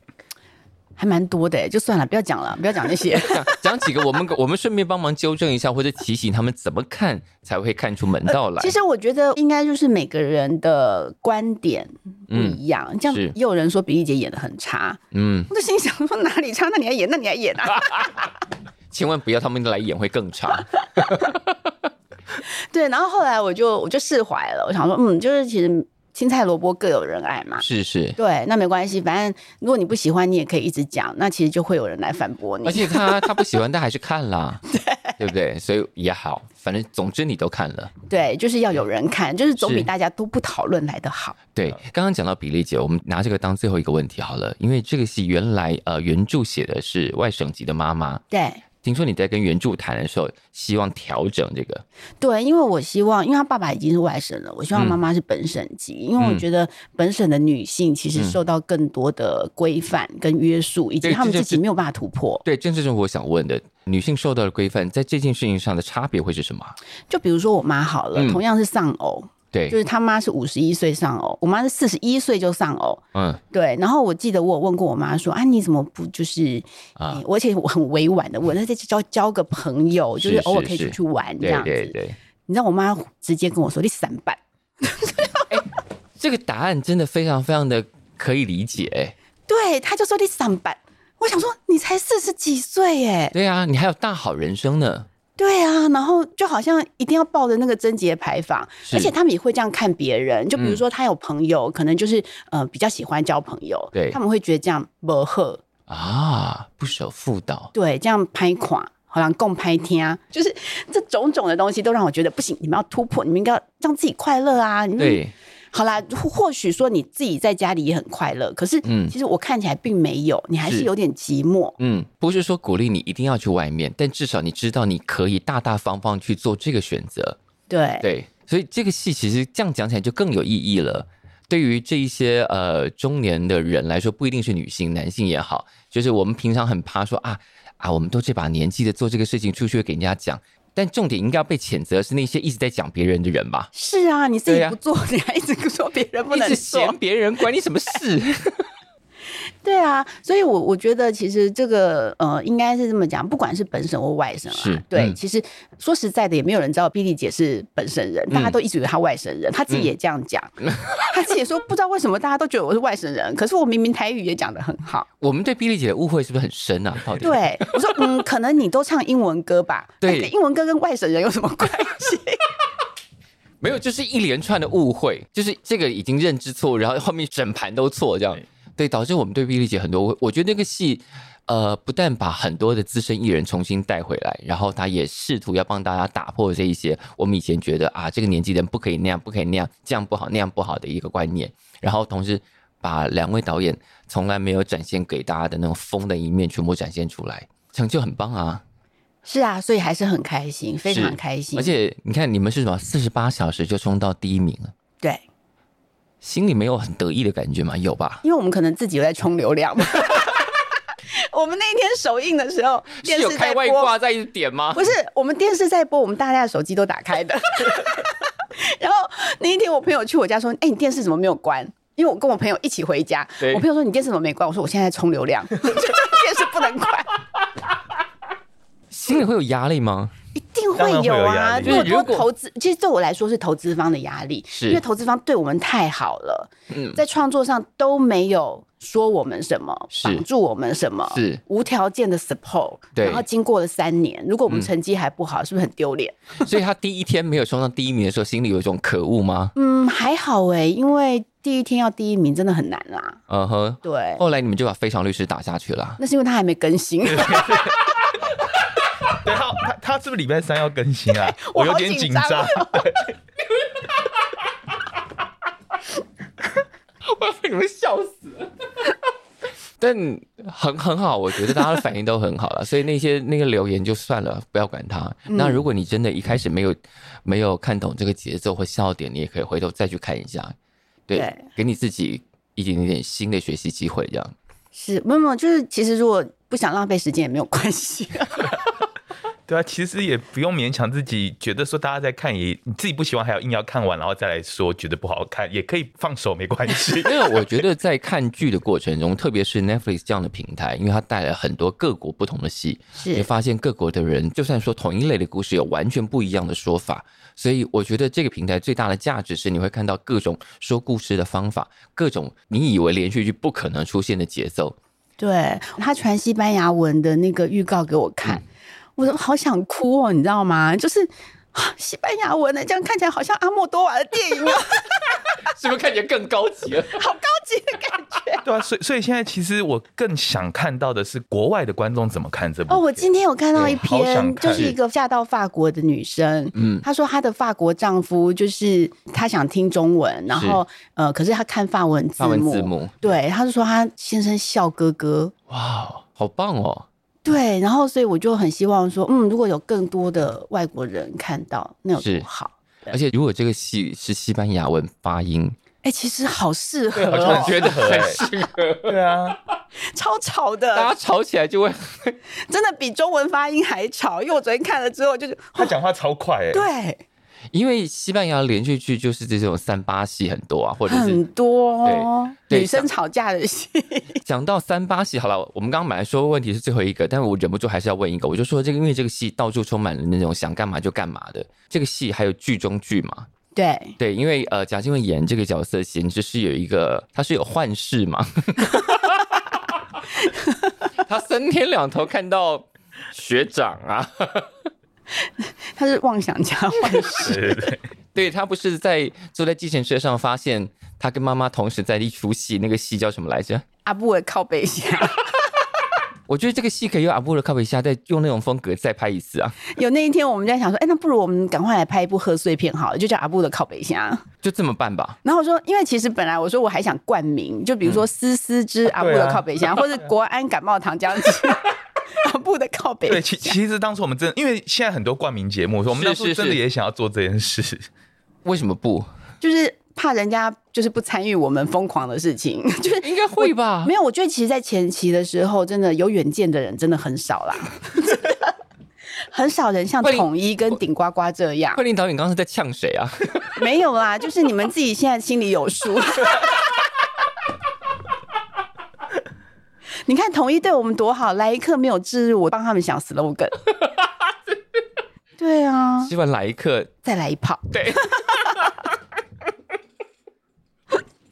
S1: 还蛮多的，就算了，不要讲了，不要讲那些，
S2: 讲几个，我们我们顺便帮忙纠正一下，或者提醒他们怎么看才会看出门道来。呃、
S1: 其实我觉得应该就是每个人的观点不一样，嗯、这样也有人说比利姐演的很差，
S2: 嗯，
S1: 我就心想说哪里差？那你还演，那你还演啊？
S2: 千万不要他们来演会更差。
S1: 对，然后后来我就我就释怀了，我想说，嗯，就是其实。青菜萝卜各有人爱嘛，
S2: 是是，
S1: 对，那没关系，反正如果你不喜欢，你也可以一直讲，那其实就会有人来反驳你。
S2: 而且他他不喜欢，但还是看啦，
S1: 对
S2: 对不对？所以也好，反正总之你都看了，
S1: 对，就是要有人看，就是总比大家都不讨论来的好。
S2: 对，刚刚讲到比利姐，我们拿这个当最后一个问题好了，因为这个戏原来呃原著写的是外省籍的妈妈，
S1: 对。
S2: 听说你在跟原著谈的时候，希望调整这个。
S1: 对，因为我希望，因为他爸爸已经是外省了，我希望妈妈是本省籍，嗯嗯、因嗯为我觉得本省的女性其实受到更多的规范跟约束，嗯、以及她们自己没有办法突破。
S2: 对，正是我想问的，女性受到的规范在这件事情上的差别会是什么？
S1: 就比如说我妈好了，嗯、同样是丧偶。
S2: 对，
S1: 就是他妈是五十一岁丧偶，我妈是四十一岁就丧偶。
S2: 嗯，
S1: 对。然后我记得我有问过我妈说：“啊，你怎么不就是啊？”而且我很委婉的问，那就交交个朋友，就是偶尔可以出去玩这样子。
S2: 对对对。
S1: 你知道我妈直接跟我说：“你散板。
S2: 欸”这个答案真的非常非常的可以理解、欸。
S1: 对，她就说：“你散板。”我想说，你才四十几岁耶、欸。
S2: 对啊，你还有大好人生呢。
S1: 对啊，然后就好像一定要抱着那个贞洁牌坊，
S2: 是
S1: 而且他们也会这样看别人。就比如
S2: 嗯
S1: 说，他有朋友，可能就是呃比较喜欢交朋友，
S2: 对
S1: 他们会觉得这样不合，
S2: 啊，不守妇道，
S1: 对，这样拍垮，好像共拍天啊，就是这种种的东西都让我觉得不行，你们要突破，你们应该要让自己快乐啊。你们
S2: 对，
S1: 好啦，或或许说你自己在家里也很快乐，可是
S2: 嗯
S1: 其实我看起来并没有，你还
S2: 是
S1: 是有点寂寞。
S2: 嗯，不是说鼓励你一定要去外面，但至少你知道你可以大大方方去做这个选择。
S1: 对，
S2: 对，所以这个戏其实这样讲起来就更有意义了。对于这一些呃中年的人来说，不一定是女性，男性也好，就是我们平常很怕说啊啊，我们都这把年纪的做这个事情，出去会给人家讲。但重点应该要被谴责是那些一直在讲别人的人吧，
S1: 是啊，你自己
S2: 对啊
S1: 不做，你还一直说别人不
S2: 一
S1: 能
S2: 直
S1: 做
S2: 嫌。别人，管你什么事？
S1: 对啊，所以我我觉得其实这个呃，应该是这么讲，不管是本省或外省啊，
S2: 是
S1: 对，
S2: 嗯
S1: 其实说实在的，也没有人知道碧丽姐是本省人，
S2: 嗯
S1: 大家都一直以为她外省人，她自己也这样讲， 她自己也说不知道为什么大家都觉得我是外省人，可是我明明台语也讲得很 好。
S2: 我们对碧丽姐的误会是不是很深啊？到底
S1: 对，我说嗯，可能你都唱英文歌吧？
S2: 对
S1: 哎英文歌跟外省人有什么关 系？
S2: 没有，就是一连串的误会，就是这个已经认知错误，然后后面整盘都错，这样对，导致我们对碧丽姐很多误会。我觉得那个戏，呃，不但把很多的资深艺人重新带回来，然后他也试图要帮大家打破这一些我们以前觉得啊，这个年纪人不可以那样，不可以那样，这样不好，那样不好的一个观念，然后同时。把两位导演从来没有展现给大家的那种疯的一面全部展现出来，成就很棒啊！
S1: 是啊，所以还是很开心，非
S2: 是
S1: 常开心，
S2: 而且你看，你们是什么四十八小时就冲到第一名了。
S1: 对。
S2: 心里没有很得意的感觉吗？有吧？
S1: 因为我们可能自己有在冲流量嘛。 我们那一天首映的时候，电
S2: 是有
S1: 视
S2: 开
S1: 在
S2: 外
S1: 播，
S2: 挂在一点吗？
S1: 不是我们电视在播，我们大家的手机都打开的。 然后那一天，我朋友去我家说：“哎、你电视怎么没有关？”因为我跟我朋友一起回家
S2: 对，
S1: 我朋友说：“你电视怎么没关？”我说：“我现在在冲流量， 电视不能关。”
S2: 心里会有压 力吗？
S1: 一定会有啊！
S3: 当然会
S1: 如
S3: 有
S1: 果
S2: 压力就是如
S1: 说
S2: 果
S1: 投资，其实对我来说是投资方的压力，
S2: 是
S1: 因为投资方对我们太好了，
S2: 嗯
S1: 在创作上都没有说我们什么，
S2: 是
S1: 绑住我们什么，
S2: 是
S1: 无条件的 support。
S2: 对
S1: 然后经过了三年，如果我们成绩还不好，是不是很丢脸？
S2: 所以他第一天没有冲上第一名的时候，心里有一种可恶吗？
S1: 嗯，还好哎、因为第一天要第一名真的很难啊。
S2: 嗯哼。
S1: 对，
S2: 后来你们就把《非常律师》打下去了。
S1: 那是因为他还没更新。
S3: 对他他他是不是礼拜三要更新啊？我有
S1: 好
S3: 点紧
S1: 张
S3: 张。
S2: 我要被你们笑死了。 但很很好，我觉得大家的反应都很好 了，所以那些那个留言就算了，不要管它。
S1: 嗯
S2: 那如果你真的一开始没有没有看懂这个节奏或笑点，你也可以回头再去看一下，对，
S1: 对
S2: 给你自己一点点新的学习机会，这样。。
S1: 是，没有没有，就是其实如果不想浪费时间也没有关系。
S3: 对啊，其实也不用勉强自己，觉得说大家在看也你自己不喜欢，还要硬要看完，然后再来说觉得不好看，也可以放手没关系
S2: 因为我觉得在看剧的过程中，特别是 Netflix 这样的平台，因为它带来很多各国不同的戏，你
S1: 是
S2: 发现各国的人，就算说同一类的故事，有完全不一样的说法。所以我觉得这个平台最大的价值是，你会看到各种说故事的方法，各种你以为连续剧不可能出现的节奏。
S1: 对他传西班牙文的那个预告给我看，我都好想哭哦，你知道吗？就是。啊西班牙文的，这样看起来好像阿莫多瓦的电影啊，
S2: 是不是看起来更高级 了？
S1: 好高级的感觉
S3: 对啊，所以所以现在其实我更想看到的是国外的观众怎么看这部。
S1: 哦！我今天有看到一
S3: 对好想
S1: 篇，
S3: 看
S1: 就是一个嫁到法国的女生，嗯，她说她的法国丈夫就是她想听中文，然后呃，可是她看法文字
S2: 法文
S1: 幕，
S2: 字幕，
S1: 对，她就说她先生笑哥哥，
S2: 哇，好棒哦！
S1: 对，然后所以我就很希望说，嗯，如果有更多的外国人看到，那有
S2: 是
S1: 多好。
S2: 而且如果这个戏是西班牙文发音，
S1: 哎、其实好适合、
S3: 好
S2: 我
S3: 像
S1: 哦，
S2: 觉得很
S3: 哎
S2: 适合。
S3: 对啊，
S1: 超吵
S2: 大家
S1: 的，
S2: 吵起来就会
S1: 真的比中文发音还吵。因为我昨天看了之后，就是哦
S3: 他讲话超快
S2: 欸
S3: 哎、
S1: 对
S2: 因为西班牙连续剧就是这种三八戏很多啊，或者
S1: 很
S2: 是
S1: 多哦
S2: 对对
S1: 女生吵架的戏，
S2: 讲到三八戏，好了，我们刚刚本来说问题是最后一个，但我忍不住还是要问一个，我就说这个，因为这个戏到处充满了那种想干嘛就干嘛的，这个戏还有剧中剧嘛，
S1: 对
S2: 对，因为呃，贾静雯演这个角色，简直是有一个，她是有幻视嘛， 她三天两头看到学长啊，
S1: 他是妄想家幻想。
S3: 对对对，
S2: 对他不是在坐在计程车上发现他跟妈妈同时在一出戏，那个戏叫什么来着？
S1: 阿布的靠背侠，
S2: 我觉得这个戏可以用阿波罗靠背下，再用那种风格再拍一次啊，
S1: 有那一天我们在想说，哎、那不如我们赶快来拍一部贺岁片好了，就叫阿布的靠背侠。
S2: 就这么办吧。
S1: 然后我说，因为其实本来我说我还想冠名，就比如说思思之阿布的靠北乡，或者国安感冒糖浆之 阿布的靠北
S3: 对，其其实当时我们真的，因为现在很多冠名节目，我们当
S2: 是
S3: 时
S2: 是
S3: 真的也想要做这件事。
S2: 为什么不？
S1: 就是怕人家就是不参与我们疯狂的事情， 就是
S2: 应该会吧
S1: 没。有。我觉得其实，在前期的时候，真的有远见的人真的很少 啦，很少人像
S2: 慧玲
S1: 统一跟顶呱呱这样
S2: 慧，玲导演刚刚是在呛谁 啊？
S1: 没有啦，就是你们自己现在心里有 数。你看统一对我们多好，来一刻没有置入，我帮他们想 slogan。对啊，
S2: 希望来一刻。
S1: 再来一炮。
S2: 对。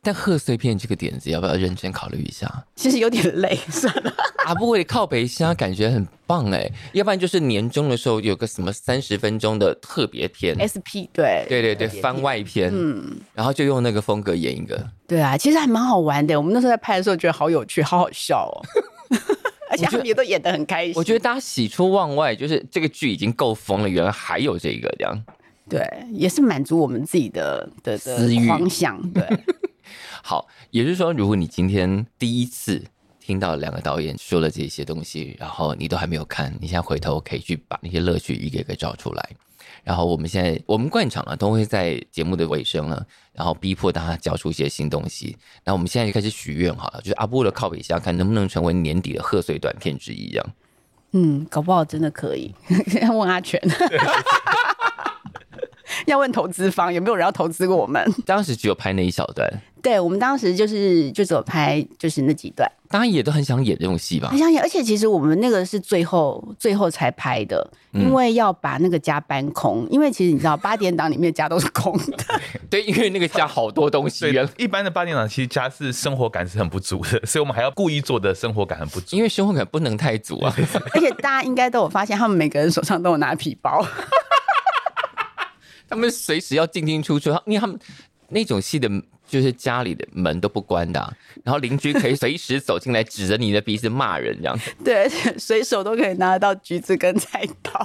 S2: 但贺岁片这个点子要不要认真考虑一 下？
S1: 其实有点累，算了。
S2: 阿布的靠北虾感觉很棒哎，要不然就是年终的时候有个什么三十分钟的特别片，
S1: SP 对
S2: 对对对，番外篇，嗯，然后就用那个风格演一个，
S1: 对啊，其实还蛮好玩的。我们那时候在拍的时候觉得好有趣，好好笑 哦。而且他们也都演得很开心。
S2: 我觉得大家喜出望外，就是这个剧已经够疯了，原来还有这个这样。
S1: 对，也是满足我们自己的的
S2: 私
S1: 的
S2: 欲
S1: 狂想。 对，
S2: 好，也就是说，如果你今天第一次听到两个导演说了这些东西，然后你都还没有看，你现在回头可以去把那些乐趣一个一个找出来。然后我们现在我们惯常了，啊都会在节目的尾声了，然后逼迫大家交出一些新东西。那我们现在就开始许愿好了，就是阿波的靠北下看能不能成为年底的贺岁短片之一，这样。
S1: 嗯，搞不好真的可以。 要问阿 全，要问投资方有没有人要投资过我们？
S2: 当时只有拍那一小段，
S1: 对我们当时就是就只有拍就是那几段，
S2: 大家也都很想演这种戏吧
S1: 很？想演。而且其实我们那个是最后最后才拍的，
S2: 嗯
S1: 因为要把那个家搬空。因为其实你知道，八点档里面的家都是空的。
S2: 对，因为那个加好多东西
S3: 对
S2: 原来，
S3: 一般的八点档其实家是生活感是很不足的，所以我们还要故意做的生活感很不足。
S2: 因为生活感不能太足啊。
S1: 而且大家应该都有发现，他们每个人手上都有拿皮包。
S2: 他们随时要进进出出，因为他们那种戏的，就是家里的门都不关的啊、然后邻居可以随时走进来，指着你的鼻子 骂人，这样。
S1: 对，而且随手都可以拿得到橘子跟菜刀。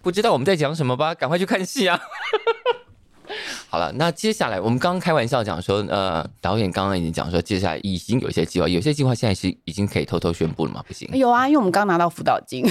S2: 不知道我们在讲什么吧？赶快去看戏啊！ 好了，那接下来我们刚刚开玩笑讲说，呃，导演刚刚已经讲说，接下来已经有一些计划，有些计划现在是已经可以偷偷宣布了吗？不行，
S1: 有啊，因为我们刚拿到辅导 金，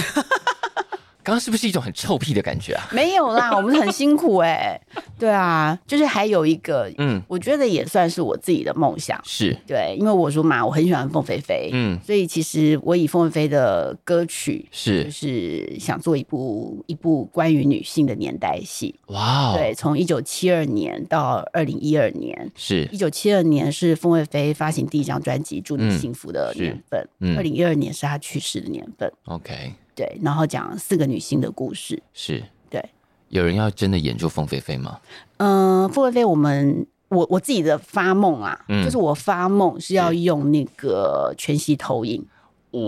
S2: 刚刚是不是一种很臭屁的感觉啊？
S1: 没有啦，我们很辛苦哎、 对啊，就是还有一个，
S2: 嗯
S1: 嗯，我觉得也算是我自己的梦想。
S2: 是，
S1: 对，因为我说嘛，我很喜欢凤飞飞，
S2: 嗯，，
S1: 所以其实我以凤飞飞的歌曲，就是是想做一部一部关于女性的年代戏。
S2: 哇哦，
S1: 对，从一九七二年到二零一二年，
S2: 是
S1: 一九七二年是凤飞飞发行第一张专辑《祝你
S2: 嗯
S1: 幸福》的
S2: 是
S1: 年份，
S2: 嗯
S1: 二零一二年是她去世的年份。
S2: ，OK，
S1: 对，然后讲四个女性的故事。
S2: 是，
S1: 对，
S2: 有人要真的演出凤飞飞吗？
S1: 嗯、凤飞飞，我们我我自己的发梦啊，
S2: 嗯
S1: 就是我发梦是要用那个全息投影，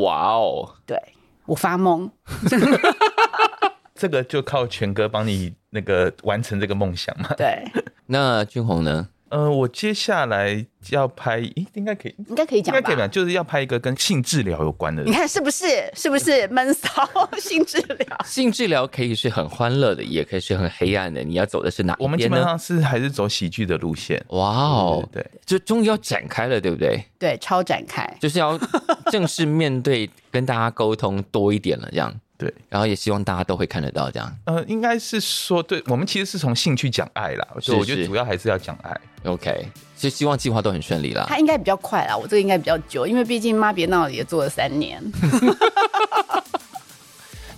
S2: 哇哦！
S1: 对我发梦，
S3: 这个就靠全哥帮你那个完成这个梦想嘛。
S1: 对，
S2: 那俊宏呢？
S3: 呃，我接下来要拍，诶，应该可以，
S1: 应该可以
S3: 应
S1: 讲
S3: 该可以吧？
S1: 吧。
S3: 就是要拍一个跟性治疗 有关的
S1: 你。看是不是？是不是闷骚性治
S3: 啊
S1: 疗？
S2: 性治疗可以是很欢乐的，也可以是很黑暗的。你要走的是哪
S3: 我
S2: 一
S3: 们基
S2: 边
S3: 本
S2: 呢？
S3: 上是还是走喜剧的路线。
S2: 哇哦，
S3: 对对嗯对
S2: 就终于要展开了，对不对？
S1: 对，超展开。
S2: 就是要正式面对，跟大家沟通多一点了，这样。
S3: 对，
S2: 然后也希望大家都会看得到这样。
S3: 呃，应该是说，对我们其实是从兴趣讲爱啦，所以我觉
S2: 是
S3: 得主要还是要讲爱。
S2: OK，就希望计划都很顺利啦
S1: 他。应该比较快啦，我这个应该比较久，因为毕竟妈别闹了也做了三年。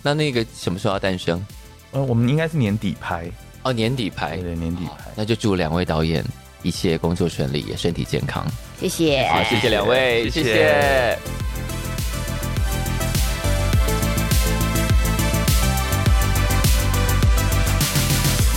S2: 那那个什么时候要诞生？
S3: 呃，我们应该是年底拍，
S2: 哦，年底拍。
S3: 对对，年底
S2: 好
S3: 拍。
S2: 那就祝两位导演一切工作顺利，也身体健康。
S1: 谢谢，
S2: 好，谢谢两位，
S3: 谢谢
S2: 谢谢